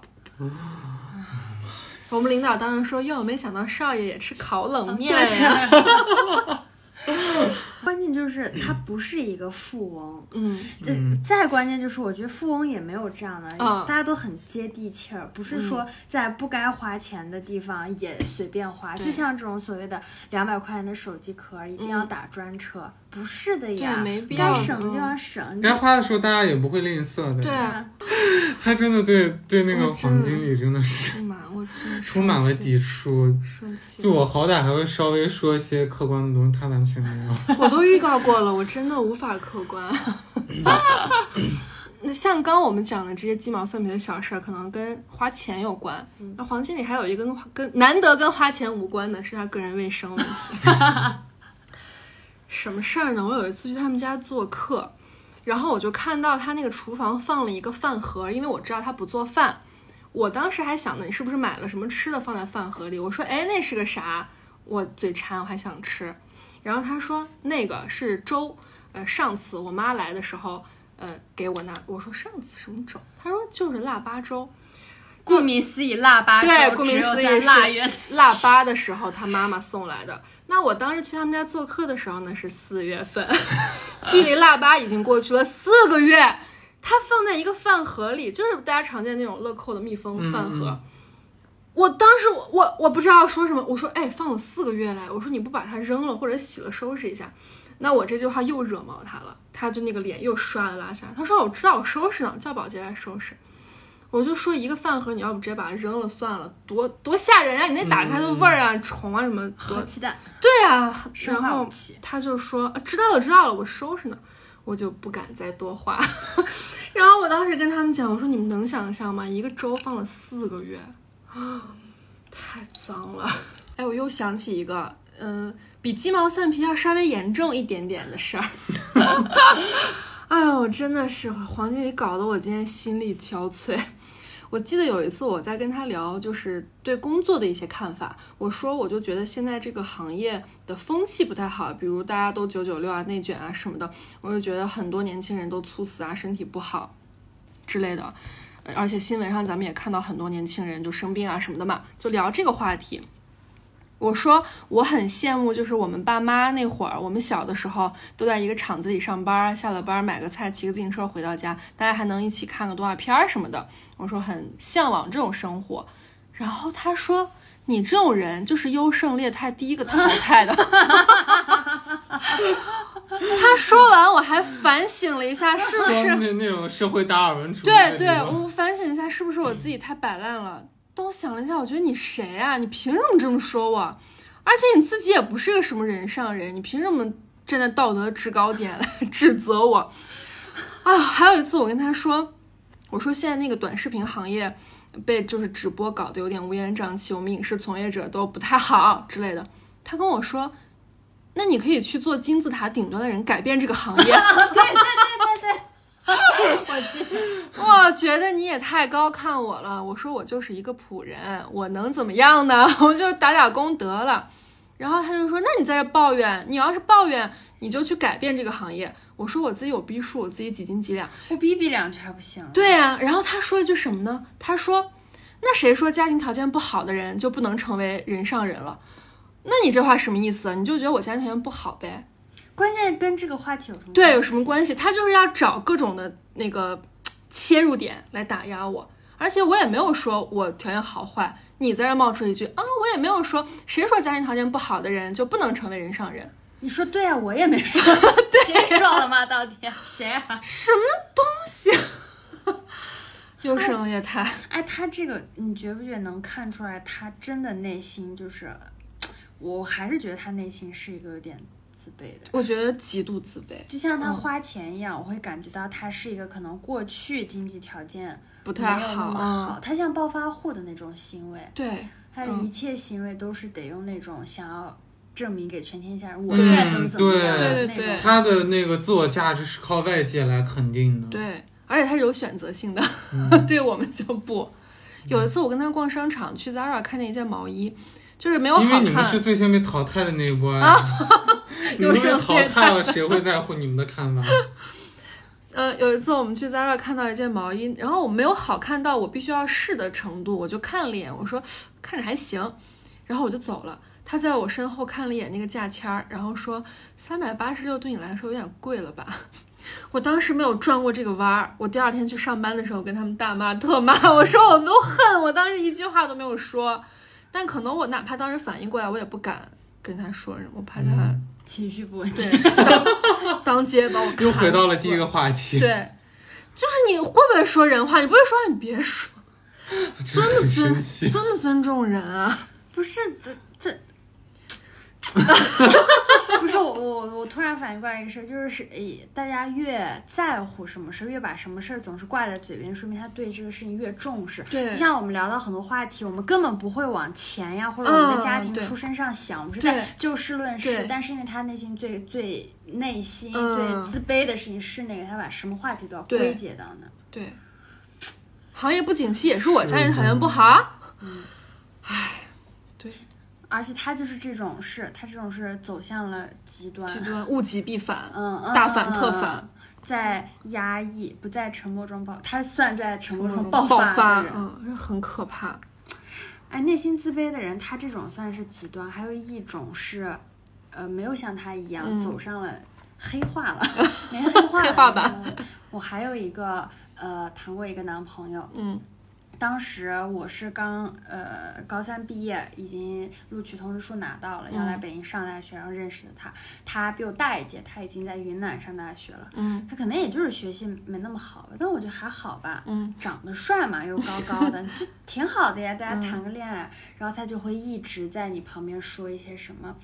Speaker 2: 我们领导当时说：“哟，没想到少爷也吃
Speaker 5: 啊
Speaker 2: 烤冷面呀、
Speaker 5: *laughs* 关键就是他不是一个富翁，
Speaker 2: 嗯，
Speaker 5: 呃
Speaker 4: 嗯
Speaker 5: 再关键就是我觉得富翁也没有这样的，
Speaker 2: 嗯
Speaker 5: 大家都很接地气儿，不是说在不该花钱的地方也随便花，
Speaker 2: 对
Speaker 5: 就像这种所谓的两百块钱的手机壳儿一定要打专车，不是的
Speaker 2: 嗯对，
Speaker 5: 呀，
Speaker 2: 没嗯必要
Speaker 5: 啊该
Speaker 2: 的。
Speaker 5: 省啊的地方省，
Speaker 4: 该花的时候大家也不会吝啬的。
Speaker 2: 对，，啊
Speaker 4: 他真的对对那个
Speaker 2: 我真
Speaker 4: 黄
Speaker 2: 的
Speaker 4: 经理真的是
Speaker 2: 哎呀妈，我真
Speaker 4: 充满了抵触。
Speaker 2: 生气
Speaker 4: 就，我好歹还会稍微说一些客观的东西，他
Speaker 3: *laughs*
Speaker 4: 完
Speaker 2: *laughs*
Speaker 4: 全没有。
Speaker 2: 我都预告过了，我真的无法客观。 *laughs* 那像刚我们讲的这些鸡毛蒜皮的小事儿，可能跟花钱有关。那黄经理还有一个跟花跟难得跟花钱无关的是他个人卫生问题。什么事儿呢？我有一次去他们家做客，然后我就看到他那个厨房放了一个饭盒，因为我知道他不做饭。我当时还想呢，你是不是买了什么吃的放在饭盒里？我说，哎，那是个啥？我嘴馋，我还想吃。然后他说那个是粥，呃，上次我妈来的时候，呃，给我拿。我说上次什么粥？他说就是腊八粥。
Speaker 5: 顾名思义，腊八粥
Speaker 2: 对，顾
Speaker 5: 只
Speaker 2: 名
Speaker 5: 有
Speaker 2: 思
Speaker 5: 在
Speaker 2: 义
Speaker 5: 腊月
Speaker 2: 是腊八的时候他妈妈送来的。那我当时去他们家做客的时候呢，是四月份， *laughs* 距离腊八已经过去了四个月。它放在一个饭盒里，就是大家常见那种乐扣的密封饭盒。
Speaker 4: 嗯
Speaker 2: 我当时我我我不知道说什么，我说哎，放了四个月了，我说你不把它扔了或者洗了收拾一下，那我这句话又惹毛他了，他就那个脸又刷了拉下。他说我知道我收拾呢，叫保洁来收拾。我就说一个饭盒，你要不直接把它扔了算了，多多吓人啊！你那打开的味儿啊、虫啊什么，多
Speaker 5: 和鸡蛋，
Speaker 2: 对啊，
Speaker 5: 生
Speaker 2: 然
Speaker 5: 化
Speaker 2: 后
Speaker 5: 武器
Speaker 2: 他就说啊知道了，知道了，我收拾呢，我就不敢再多话。 *laughs* 然后我当时跟他们讲，我说你们能想象吗？一个周放了四个月， *gasps* 太脏了。哎，我又想起一个，嗯、比鸡毛蒜皮要稍微严重一点点的事儿。 *laughs* 哎呦，真的是黄经理搞得我今天心力憔悴。我记得有一次我在跟他聊，就是对工作的一些看法。我说，我就觉得现在这个行业的风气不太好，比如大家都九九六啊、内卷啊什么的，我就觉得很多年轻人都猝死啊、身体不好之类的。呃而且新闻上咱们也看到很多年轻人就生病啊什么的嘛，就聊这个话题。我说我很羡慕，就是我们爸妈那会儿，我们小的时候都在一个厂子里上班，下了班买个菜，骑个自行车回到家，大家还能一起看个动画片儿什么的。我说很向往这种生活，然后他说你这种人就是优胜劣汰第一个淘汰的。 *laughs* 他说完我还反省了一下，是不
Speaker 4: 说
Speaker 2: 是
Speaker 4: 那那种社会达尔文主义
Speaker 2: 对
Speaker 4: 的理
Speaker 2: 对，
Speaker 4: 论，
Speaker 2: 我反省一下，是不是我自己太摆烂了？但我想了一下，我觉得你谁啊？你凭什么这么说我？而且你自己也不是个什么人上人，你凭什么站在道德制高点来 *laughs* 指责我？啊，还有一次我跟他说，我说现在那个短视频行业被就是直播搞得有点乌烟瘴气，我们影视从业者都不太好之类的。他跟我说，那你可以去做金字塔顶端的人，改变这个行业。
Speaker 5: 我记得
Speaker 2: 我觉得你也太高看我了。我说我就是一个仆人，我能怎么样呢？ *laughs* 我就打打工得了。然后他就说：“那你在这抱怨，你要是抱怨，你就去改变这个行业。”我说：“我自己有逼数，我自己几斤几两。
Speaker 5: 我逼逼两句还不行？”
Speaker 2: 对呀、然后他说了句什么呢？他说：“那谁说家庭条件不好的人就不能成为人上人了？那你这话什么意思？啊你就觉得我家庭条件不好呗？
Speaker 5: 关键跟这个话题有什么？
Speaker 2: 对，有什么？关系？他就是要找各种的那个切入点来打压我，而且我也没有说我条件好坏，你在这冒出一句啊，我也没有说谁说家庭条件不好的人就不能成为人上人，
Speaker 5: 你说对啊，我也没
Speaker 2: *laughs*
Speaker 5: 说，对，
Speaker 2: 啊
Speaker 5: 谁说了吗？到底谁啊？
Speaker 2: 什么东西？ *laughs* 优胜劣汰，
Speaker 5: 哎，他这个你觉不觉得能看出来，他真的内心就是，我还是觉得他内心是一个有点自卑的。
Speaker 2: 我觉得极度自卑，
Speaker 5: 就像
Speaker 2: 嗯
Speaker 5: 他花钱一样，我会感觉到他是一个可能过去经济条件
Speaker 2: 不
Speaker 5: 没有
Speaker 2: 太
Speaker 5: 那么
Speaker 2: 好。
Speaker 5: 好，他像暴发户的那种行为，
Speaker 2: 对，
Speaker 5: 他的
Speaker 2: 嗯
Speaker 5: 一切行为都是得用那种想要证明给全天下人，我
Speaker 4: 嗯
Speaker 5: 现在怎么怎么
Speaker 4: 对
Speaker 5: 样的
Speaker 2: 对
Speaker 5: 那
Speaker 2: 对
Speaker 5: 种
Speaker 2: 对。
Speaker 4: 他的那个自我价值是靠外界来肯定的。
Speaker 2: 对，而且他是有选择性的，
Speaker 4: 嗯
Speaker 2: *laughs* 对我们就不。有一次我跟他逛商场，去 Zara 看见一件毛衣，就是没有好
Speaker 4: 因
Speaker 2: 看。啊
Speaker 4: 为你们是最先被淘汰的那一波呀， *laughs* 你
Speaker 2: 有
Speaker 4: 们被
Speaker 2: 胜
Speaker 4: 淘
Speaker 2: 劣
Speaker 4: 汰了，谁会在乎你们的看
Speaker 2: *laughs*
Speaker 4: 法？
Speaker 2: 呃，有一次我们去 Zara 看到一件毛衣，然后我没有好看到我必须要试的程度，我就看了一眼，我说看着还行，然后我就走了。他在我身后看了一眼那个价签儿，然后说三百八十六对你来说有点贵了吧？ *laughs* 我当时没有转过这个弯儿，我第二天去上班的时候跟他们大骂特骂，我说我都恨，我当时一句话都没有说，但可能我哪怕当时反应过来，我也不敢跟他说什么，我怕他、
Speaker 4: 嗯
Speaker 5: 情绪不稳定。
Speaker 2: 对当 *laughs* 当街把我
Speaker 4: 又回到了
Speaker 2: 砍死
Speaker 4: 第一个话题，
Speaker 2: 对，就是你会不会说人话？你不会说话，你别说，
Speaker 4: 真
Speaker 2: *laughs* 尊
Speaker 4: 的
Speaker 2: 不
Speaker 4: 很生
Speaker 2: 尊
Speaker 4: 气。
Speaker 2: 尊不尊重人啊？
Speaker 5: 不是这这，
Speaker 3: *laughs* 不是我我我突然反应过来一个事儿，就是是诶大家越在乎什么事儿，越把什么事儿总是挂在嘴边，说明他对这个事情越重视。
Speaker 2: 对
Speaker 3: 就像我们聊到很多话题，我们根本不会往钱呀或者我们的家
Speaker 2: 嗯
Speaker 3: 庭、
Speaker 2: 对
Speaker 3: 出身上想，我们是
Speaker 2: 对
Speaker 3: 在就事论
Speaker 2: 对
Speaker 3: 事。但是因为他内心最最内心、
Speaker 2: 嗯
Speaker 3: 最自卑的事情是那个，他把什么话题都要
Speaker 2: 对
Speaker 3: 归结到那儿。
Speaker 2: 对，行业不景气也是我家人
Speaker 4: 是
Speaker 2: 条件不好啊。
Speaker 3: 而且他就是这种事，他这种事走向了极端。
Speaker 2: 极端物极必反，
Speaker 3: 嗯，嗯
Speaker 2: 大反特，
Speaker 3: 嗯
Speaker 2: 反
Speaker 3: 嗯，在压抑，不在沉默中爆，他算在沉默
Speaker 2: 那种
Speaker 3: 中
Speaker 2: 爆
Speaker 3: 嗯发的人。
Speaker 2: 嗯，这很可怕。
Speaker 3: 哎，内心自卑的人，他这种算是极端。还有一种是，呃，没有像他一样、
Speaker 2: 嗯
Speaker 3: 走上了黑化
Speaker 2: *laughs*
Speaker 3: 了，没黑化了。
Speaker 2: 黑化吧
Speaker 3: 嗯。我还有一个呃，谈过一个男朋友，
Speaker 2: 嗯
Speaker 3: 当时我是刚呃高三毕业，已经录取通知书拿到了，要来
Speaker 2: 嗯
Speaker 3: 北京上大学，然后认识的他。他比我大一届，他已经在云南上大学了。
Speaker 2: 嗯
Speaker 3: 他可能也就是学习没那么好吧，但我觉得还好吧。
Speaker 2: 嗯，
Speaker 3: 长得帅嘛，又高高的，就挺好的呀。大家
Speaker 2: 嗯
Speaker 3: 谈个恋爱，然后他就会一直在你旁边说一些什么。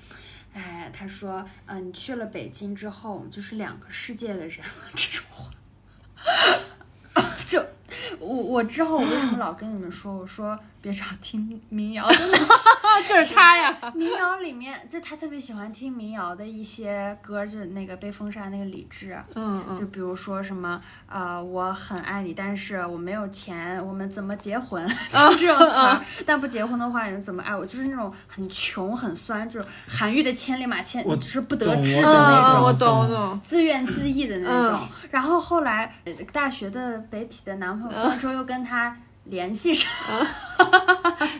Speaker 3: 哎，他说，嗯、你去了北京之后，我们就是两个世界的人了。这种话， *laughs* 就我我之后我为什么老跟你们说，我说别找听民谣的
Speaker 2: *laughs*
Speaker 3: 那些
Speaker 2: 啊， *laughs* 就是他呀。
Speaker 3: 民谣里面，就他特别喜欢听民谣的一些歌，就是那个被封杀那个李志，啊
Speaker 2: 嗯
Speaker 3: 就
Speaker 2: 嗯，
Speaker 3: 比如说什么呃，我很爱你，但是我没有钱，我们怎么结婚？ *laughs* 就这种词
Speaker 2: 嗯
Speaker 3: 儿。 *laughs* 但不结婚的话，你怎么爱我？就是那种很穷很酸，就是韩愈的千里马千，
Speaker 4: 我
Speaker 3: 就是不得
Speaker 4: 懂
Speaker 3: 志的
Speaker 4: 我
Speaker 3: 那
Speaker 4: 懂
Speaker 3: 种。
Speaker 2: 我
Speaker 4: 懂
Speaker 2: 懂我懂。
Speaker 3: 自怨自艾的那种
Speaker 2: 嗯，
Speaker 3: 然后后来呃大学的北体的男朋友分手，又跟他联系上，
Speaker 2: 嗯
Speaker 3: *laughs*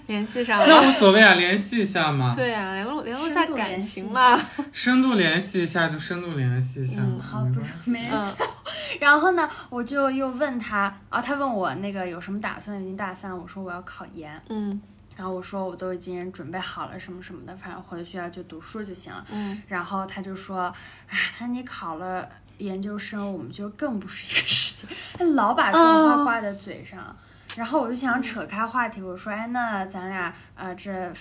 Speaker 2: 联系上
Speaker 4: 那
Speaker 2: 了。
Speaker 4: 无所谓啊，联系一下嘛，
Speaker 2: 对呀、联络联络
Speaker 3: 深
Speaker 2: 下
Speaker 3: 度
Speaker 2: 感
Speaker 3: 联系
Speaker 2: 情
Speaker 3: 一
Speaker 2: 嘛。
Speaker 4: 深度联系一下就深度联系一下
Speaker 2: 嗯
Speaker 4: 嘛，
Speaker 3: 好
Speaker 4: 没
Speaker 3: 哦不
Speaker 4: 关
Speaker 3: 是
Speaker 4: 系
Speaker 3: 没人
Speaker 2: 嗯
Speaker 3: 然后呢，我就又问他啊，他问我那个有什么打算，已经大三，我说我要考研，
Speaker 2: 嗯
Speaker 3: 然后我说我都已经准备好了什么什么的，反正回学校就读书就行了。
Speaker 2: 嗯，
Speaker 3: 然后他就说，哎，他说你考了研究生，我们就更不是一个世界。他老把这种话
Speaker 2: 哦
Speaker 3: 挂在嘴上，然后我就想扯开话题，我说，哎，那咱俩呃这。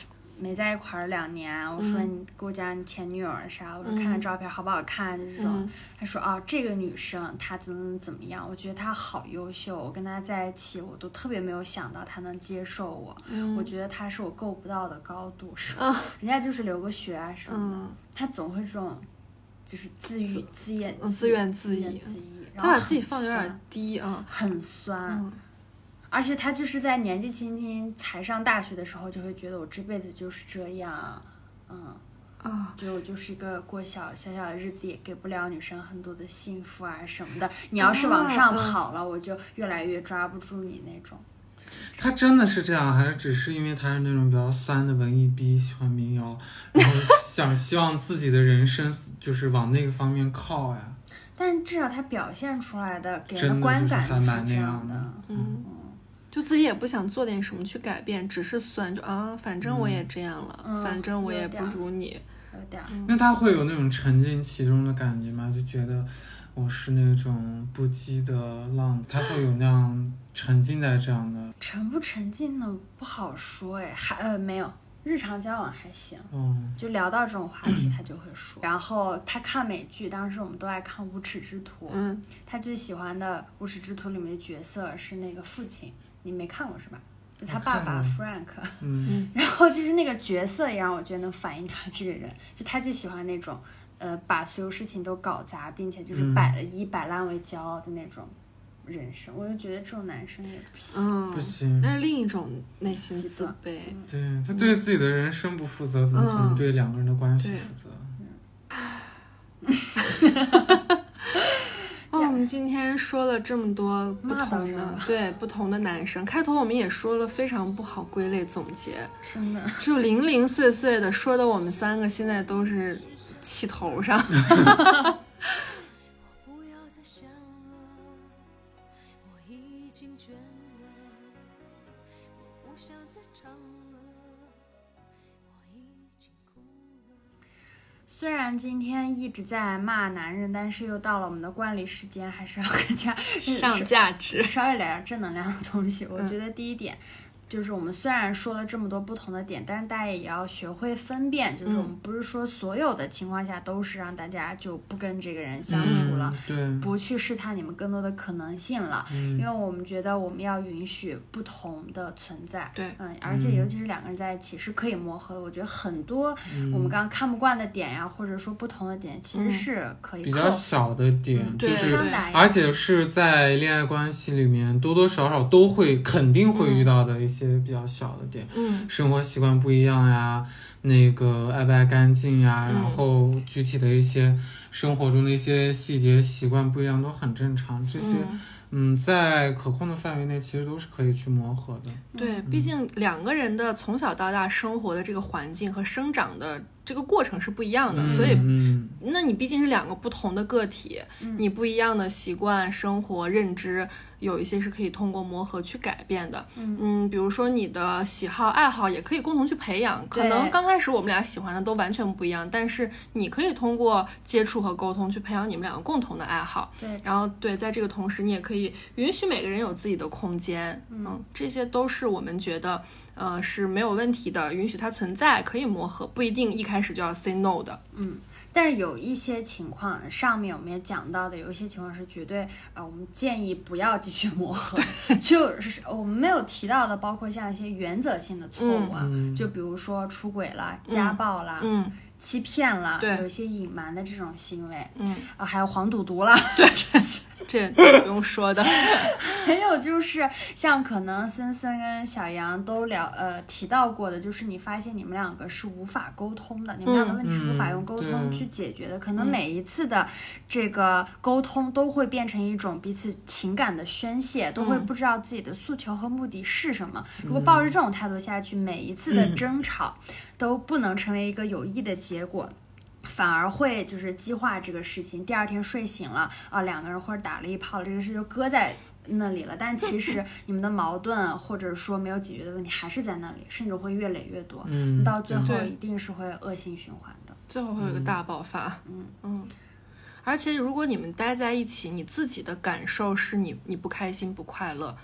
Speaker 3: 没在一块儿两年，我说
Speaker 2: 嗯
Speaker 3: 你给我讲你前女友啥，我说
Speaker 2: 嗯
Speaker 3: 看看照片好不好看，就这种。
Speaker 2: 嗯
Speaker 3: 他说啊，这个女生她怎么怎么样，我觉得她好优秀，我跟她在一起，我都特别没有想到她能接受我，
Speaker 2: 嗯
Speaker 3: 我觉得她是我够不到的高度，是吧、
Speaker 2: 啊
Speaker 3: 人家就是留个学啊什么的，
Speaker 2: 嗯，
Speaker 3: 她总会这种，就是自愈自怨
Speaker 2: 嗯自怨自
Speaker 3: 自
Speaker 2: 艾
Speaker 3: 自艾，然
Speaker 2: 他
Speaker 3: 后
Speaker 2: 把自己
Speaker 3: 很
Speaker 2: 放的有点
Speaker 3: 酸
Speaker 2: 低啊。
Speaker 3: 很酸，
Speaker 2: 嗯
Speaker 3: 而且她就是在年纪轻轻才上大学的时候，就会觉得我这辈子就是这样，嗯。
Speaker 2: 啊，
Speaker 3: 觉得我就是一个过小小小的日子，也给不了女生很多的幸福啊什么的。你要是往
Speaker 2: 啊
Speaker 3: 上
Speaker 2: 嗯
Speaker 3: 跑了，我就越来越抓不住你那种。
Speaker 4: 他真的是这样，还是只是因为他是那种比较酸的文艺逼，喜欢民谣，然后想希望自己的人生就是往那个方面靠呀？嗯
Speaker 3: 但至少他表现出来的给人
Speaker 4: 真的
Speaker 3: 观
Speaker 4: 就是
Speaker 3: 感
Speaker 4: 还蛮
Speaker 3: 这
Speaker 4: 那
Speaker 3: 样
Speaker 4: 样的
Speaker 2: 嗯，就自己也不想做点什么去改变，只是酸，就啊，反正我也这样了，
Speaker 3: 嗯
Speaker 2: 反正我
Speaker 3: 有
Speaker 2: 也
Speaker 3: 点
Speaker 2: 不
Speaker 3: 儿
Speaker 2: 如你。
Speaker 3: 有点儿。
Speaker 4: 那他会有那种沉浸其中的感觉吗？就觉得我是那种不羁的浪，他会有那样沉浸在这样的，
Speaker 3: 沉不沉浸呢？不好说哎，还呃没有，日常交往还行。
Speaker 4: 嗯，
Speaker 3: 就聊到这种话题，他就会说。然后他看美剧，当时我们都爱看《无耻之徒》，
Speaker 2: 嗯，
Speaker 3: 他最喜欢的《无耻之徒》里面的角色是那个父亲，你没看过是吧？就他
Speaker 4: 我
Speaker 3: 爸
Speaker 4: 看
Speaker 3: 爸
Speaker 4: 过
Speaker 3: Frank，
Speaker 4: 嗯
Speaker 3: 然后哦就是那个角色也让我觉得能反映他这个人，就他就喜欢那种，呃，把所有事情都搞砸，并且就是
Speaker 4: 嗯
Speaker 3: 摆了以摆烂为骄傲的那种人生。我就觉得这种男生也不行。嗯
Speaker 2: 嗯
Speaker 4: 不，行。
Speaker 2: 那是另一种内心
Speaker 3: 极
Speaker 2: 自
Speaker 3: 端
Speaker 2: 卑。
Speaker 4: 对他对自己的人生不负责，怎么可能
Speaker 2: 嗯
Speaker 4: 对两个人的关系
Speaker 2: 对
Speaker 4: 负责？
Speaker 2: 哦，我们今天说了这么多不
Speaker 3: 骂到
Speaker 2: 同
Speaker 3: 人
Speaker 2: 的
Speaker 3: 了，
Speaker 2: 对不同的男生，开头我们也说了非常不好归类总结，
Speaker 3: *laughs* 真的，
Speaker 2: 就零零碎碎的说的，我们三个现在都是气
Speaker 3: *laughs*
Speaker 2: 头上。
Speaker 1: 不要再想了，我已经倦了，我不想再唱了，我已经哭了。
Speaker 3: 虽然今天一直在骂男人，但是又到了我们的惯例时间，还是要跟大家
Speaker 2: 上价值。
Speaker 3: 稍微聊点正能量的东西。我觉得第一点，就是我们虽然说了这么多不同的点，但是大家也要学会分辨，就是我们不是说所有的情况下都是让大家就不跟这个人相处了，
Speaker 4: 嗯、
Speaker 3: 不去试探你们更多的可能性了，
Speaker 4: 对，嗯
Speaker 3: 因为我们觉得我们要允许不同的存在。
Speaker 2: 对
Speaker 3: 嗯，而且尤其是两个人在一起是可以磨合的。我觉得很多
Speaker 4: 嗯
Speaker 3: 我们刚刚看不惯的点呀、或者说不同的点，其实
Speaker 2: 嗯
Speaker 3: 是可以
Speaker 4: 比
Speaker 3: 克
Speaker 4: 较
Speaker 3: 服。
Speaker 4: 小的点，
Speaker 3: 嗯
Speaker 4: 就
Speaker 2: 对
Speaker 4: 是
Speaker 3: 伤打一
Speaker 4: 而且是在恋爱关系里面，多多少少都会肯定会遇到的一些比较小的点，
Speaker 2: 嗯，
Speaker 4: 生活习惯不一样呀，那个爱不爱干净呀，
Speaker 2: 嗯
Speaker 4: 然后具体的一些生活中的一些细节习惯不一样都很正常，这些
Speaker 2: 嗯
Speaker 4: 嗯在可控的范围内其实都是可以去磨合的，
Speaker 3: 嗯
Speaker 2: 对，毕竟两个人的从小到大生活的这个环境和生长的这个过程是不一样的，
Speaker 4: 嗯
Speaker 2: 所以
Speaker 4: 嗯
Speaker 2: 那你毕竟是两个不同的个体，
Speaker 3: 嗯
Speaker 2: 你不一样的习惯、生活、认知，有一些是可以通过磨合去改变的。
Speaker 3: 嗯
Speaker 2: 比如说你的喜好、爱好也可以共同去培养。可
Speaker 3: 对
Speaker 2: 能刚开始我们俩喜欢的都完全不一样，但是你可以通过接触和沟通去培养你们两个共同的爱好。
Speaker 3: 对
Speaker 2: 然后对，在这个同时，你也可以允许每个人有自己的空间。嗯这些都是我们觉得呃是没有问题的，允许它存在，可以磨合，不一定一开始就要 say no 的。
Speaker 3: 但是有一些情况，上面我们也讲到的，有一些情况是绝对，呃，我们建议不要继续磨合， *laughs* 就是我们没有提到的，包括像一些原则性的错误啊，
Speaker 4: 嗯嗯
Speaker 3: 就比如说出轨啦、家暴啦、
Speaker 2: 嗯
Speaker 3: 欺骗啦，
Speaker 2: 对
Speaker 3: 有一些隐瞒的这种行为，
Speaker 2: 嗯。
Speaker 3: 啊，还有黄赌毒啦， *laughs*
Speaker 2: 这不用说的。
Speaker 3: 还有就是像可能森森跟小杨都聊呃提到过的，就是你发现你们两个是无法沟通的，你们俩的问题是无法
Speaker 4: 嗯
Speaker 3: 用沟通
Speaker 4: 对
Speaker 3: 去解决的。可能
Speaker 2: 嗯
Speaker 3: 每一次的这个沟通都会变成一种彼此情感的宣泄，都会
Speaker 2: 嗯
Speaker 3: 不知道自己的诉求和目的是什么。如果抱着这种态度下去，每一次的争吵都不能成为一个有益的结果。反而会就是激化这个事情。第二天睡醒了啊，两个人或者打了一炮，这个事就搁在那里了。但其实你们的矛盾或者说没有解决的问题还是在那里，甚至会越累越多，
Speaker 4: 嗯，
Speaker 3: 到最后
Speaker 2: 对
Speaker 3: 一定是会恶性循环的。
Speaker 2: 最后会有一个大爆发。
Speaker 3: 嗯
Speaker 2: 而且如果你们待在一起，你自己的感受是你你不开心不快乐，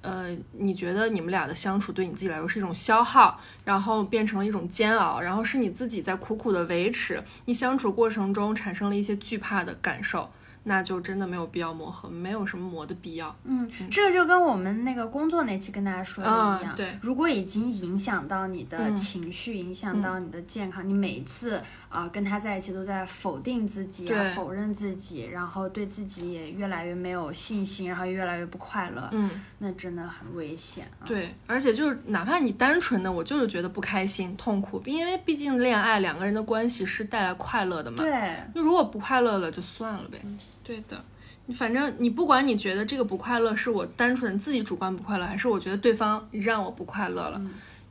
Speaker 2: 呃，你觉得你们俩的相处对你自己来说是一种消耗，然后变成了一种煎熬，然后是你自己在苦苦的维持。你相处过程中产生了一些惧怕的感受，那就真的没有必要磨合，没有什么磨的必要。
Speaker 3: 嗯，这个就跟我们那个工作那期跟大家说的
Speaker 2: 啊
Speaker 3: 一样，
Speaker 2: 对
Speaker 3: 如果已经影响到你的
Speaker 2: 嗯
Speaker 3: 情绪，影响到你的健康，你每一次呃跟他在一起都在否定自己、啊
Speaker 2: 对、
Speaker 3: 否认自己，然后对自己也越来越没有信心，然后越来越不快乐，
Speaker 2: 嗯。
Speaker 3: 那真的很危险啊。
Speaker 2: 对，而且就是哪怕你单纯的，我就是觉得不开心、痛苦，因为毕竟恋爱两个人的关系是带来快乐的嘛。
Speaker 3: 对，
Speaker 2: 那如果不快乐了就算了呗。对的，你反正你不管你觉得这个不快乐是我单纯自己主观不快乐，还是我觉得对方让我不快乐了，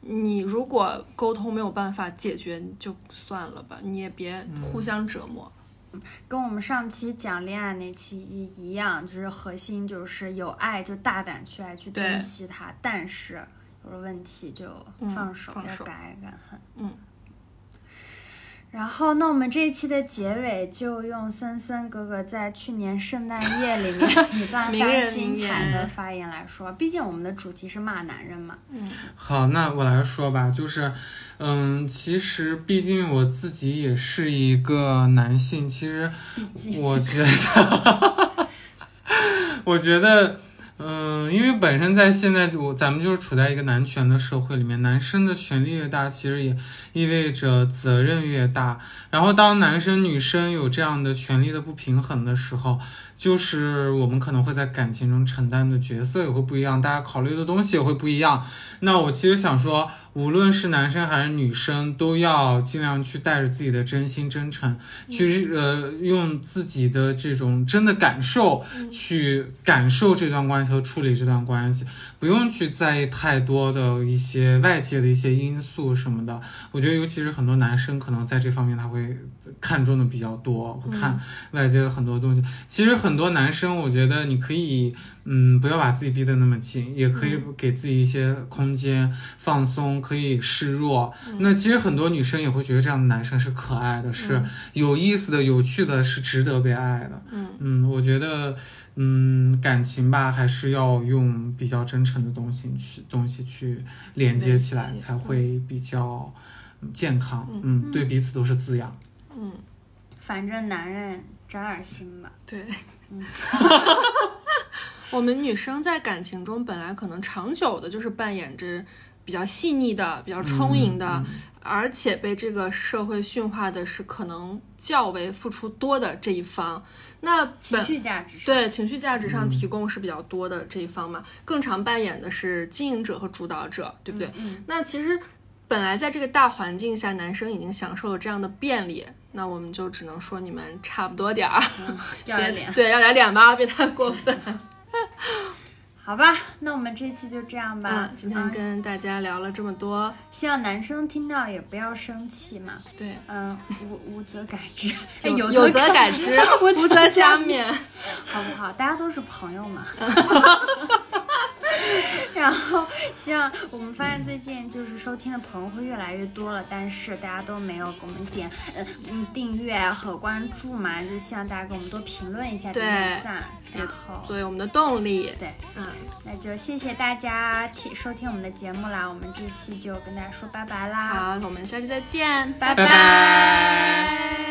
Speaker 2: 你如果沟通没有办法解决，你就算了吧，你也别互相折磨。
Speaker 3: 跟我们上期讲恋爱那期一一样，就是核心就是有爱就大胆去爱，去
Speaker 2: 对嗯
Speaker 3: 珍惜它。但是有了问题就放手，
Speaker 2: 放手
Speaker 3: 要敢爱敢恨。
Speaker 2: 嗯。
Speaker 3: 然后，那我们这一期的结尾就用森森哥哥在去年圣诞夜里面
Speaker 2: *laughs*
Speaker 3: 一段非
Speaker 2: 名人
Speaker 3: 常精
Speaker 2: 名言
Speaker 3: 彩的发言来说。毕竟我们的主题是骂男人嘛，
Speaker 2: 嗯
Speaker 4: 好，那我来说吧，就是，嗯，其实毕竟我自己也是一个男性，其实
Speaker 3: 毕竟
Speaker 4: 我觉得， *laughs* 我觉得，嗯、因为本身在现在我咱们就是处在一个男权的社会里面，男生的权利越大，其实也意味着责任越大。然后当男生女生有这样的权利的不平衡的时候，就是我们可能会在感情中承担的角色也会不一样，大家考虑的东西也会不一样。那我其实想说，无论是男生还是女生，都要尽量去带着自己的真心真诚，去呃用自己的这种真的感受去感受这段关系和处理这段关系，不用去在意太多的一些外界的一些因素什么的。我觉得，尤其是很多男生可能在这方面他会看重的比较多，会看外界的很多东西。其实很多男生，我觉得你可以嗯，不要把自己逼得那么紧，也可以
Speaker 2: 嗯
Speaker 4: 给自己一些空间、放松，可以示弱。
Speaker 2: 嗯
Speaker 4: 那其实很多女生也会觉得这样的男生是可爱的，是有意思的、有趣的，是值得被爱的。
Speaker 2: 嗯
Speaker 4: 我觉得，嗯，感情吧，还是要用比较真诚的东西去东西去连接起来
Speaker 2: 联，系嗯
Speaker 4: 才会比较健康。嗯，对彼此都是滋养。
Speaker 2: 嗯
Speaker 3: 反正男人长点心吧。
Speaker 2: 对，嗯 *laughs* 我们女生在感情中本来可能长久的就是扮演着比较细腻的、比较充盈的，
Speaker 4: 嗯
Speaker 2: 而且被这个社会驯化的是可能较为付出多的这一方。那
Speaker 3: 情
Speaker 2: 本
Speaker 3: 绪价值上，
Speaker 2: 对情绪价值上提供是比较多的这一方嘛，更常扮演的是经营者和主导者，对不对？
Speaker 3: 嗯
Speaker 2: 那其实本来在这个大环境下，男生已经享受了这样的便利，那我们就只能说你们差不多点儿。
Speaker 3: 嗯要
Speaker 2: 别
Speaker 3: 点脸。
Speaker 2: *laughs*
Speaker 3: 嗯
Speaker 2: 对，要点脸吧，别太
Speaker 3: *laughs*
Speaker 2: 过分。
Speaker 3: 好吧，那我们这期就这样吧
Speaker 2: 啊。，今天
Speaker 3: 嗯
Speaker 2: 跟大家聊了这么多，
Speaker 3: 希望男生听到也不要生气嘛。
Speaker 2: 对，
Speaker 3: 嗯，无无则改之，哎
Speaker 2: 有
Speaker 3: 有
Speaker 2: 则
Speaker 3: *laughs*
Speaker 2: 改之，无则加勉。
Speaker 3: 好不好？大家都是朋友嘛。 *laughs* 然后，希望我们发现最近就是收听的朋友会越来越多了，但是大家都没有给我们点呃嗯订阅和关注嘛，就希望大家给我们多评论一下，
Speaker 2: 对
Speaker 3: 点点赞，
Speaker 2: 也
Speaker 3: 然后
Speaker 2: 作为我们的动力，
Speaker 3: 对，
Speaker 2: 嗯，
Speaker 3: 那就谢谢大家听收听我们的节目啦，我们这期就跟大家说拜拜啦，
Speaker 2: 好，我们下期再见，
Speaker 3: 拜
Speaker 4: 拜拜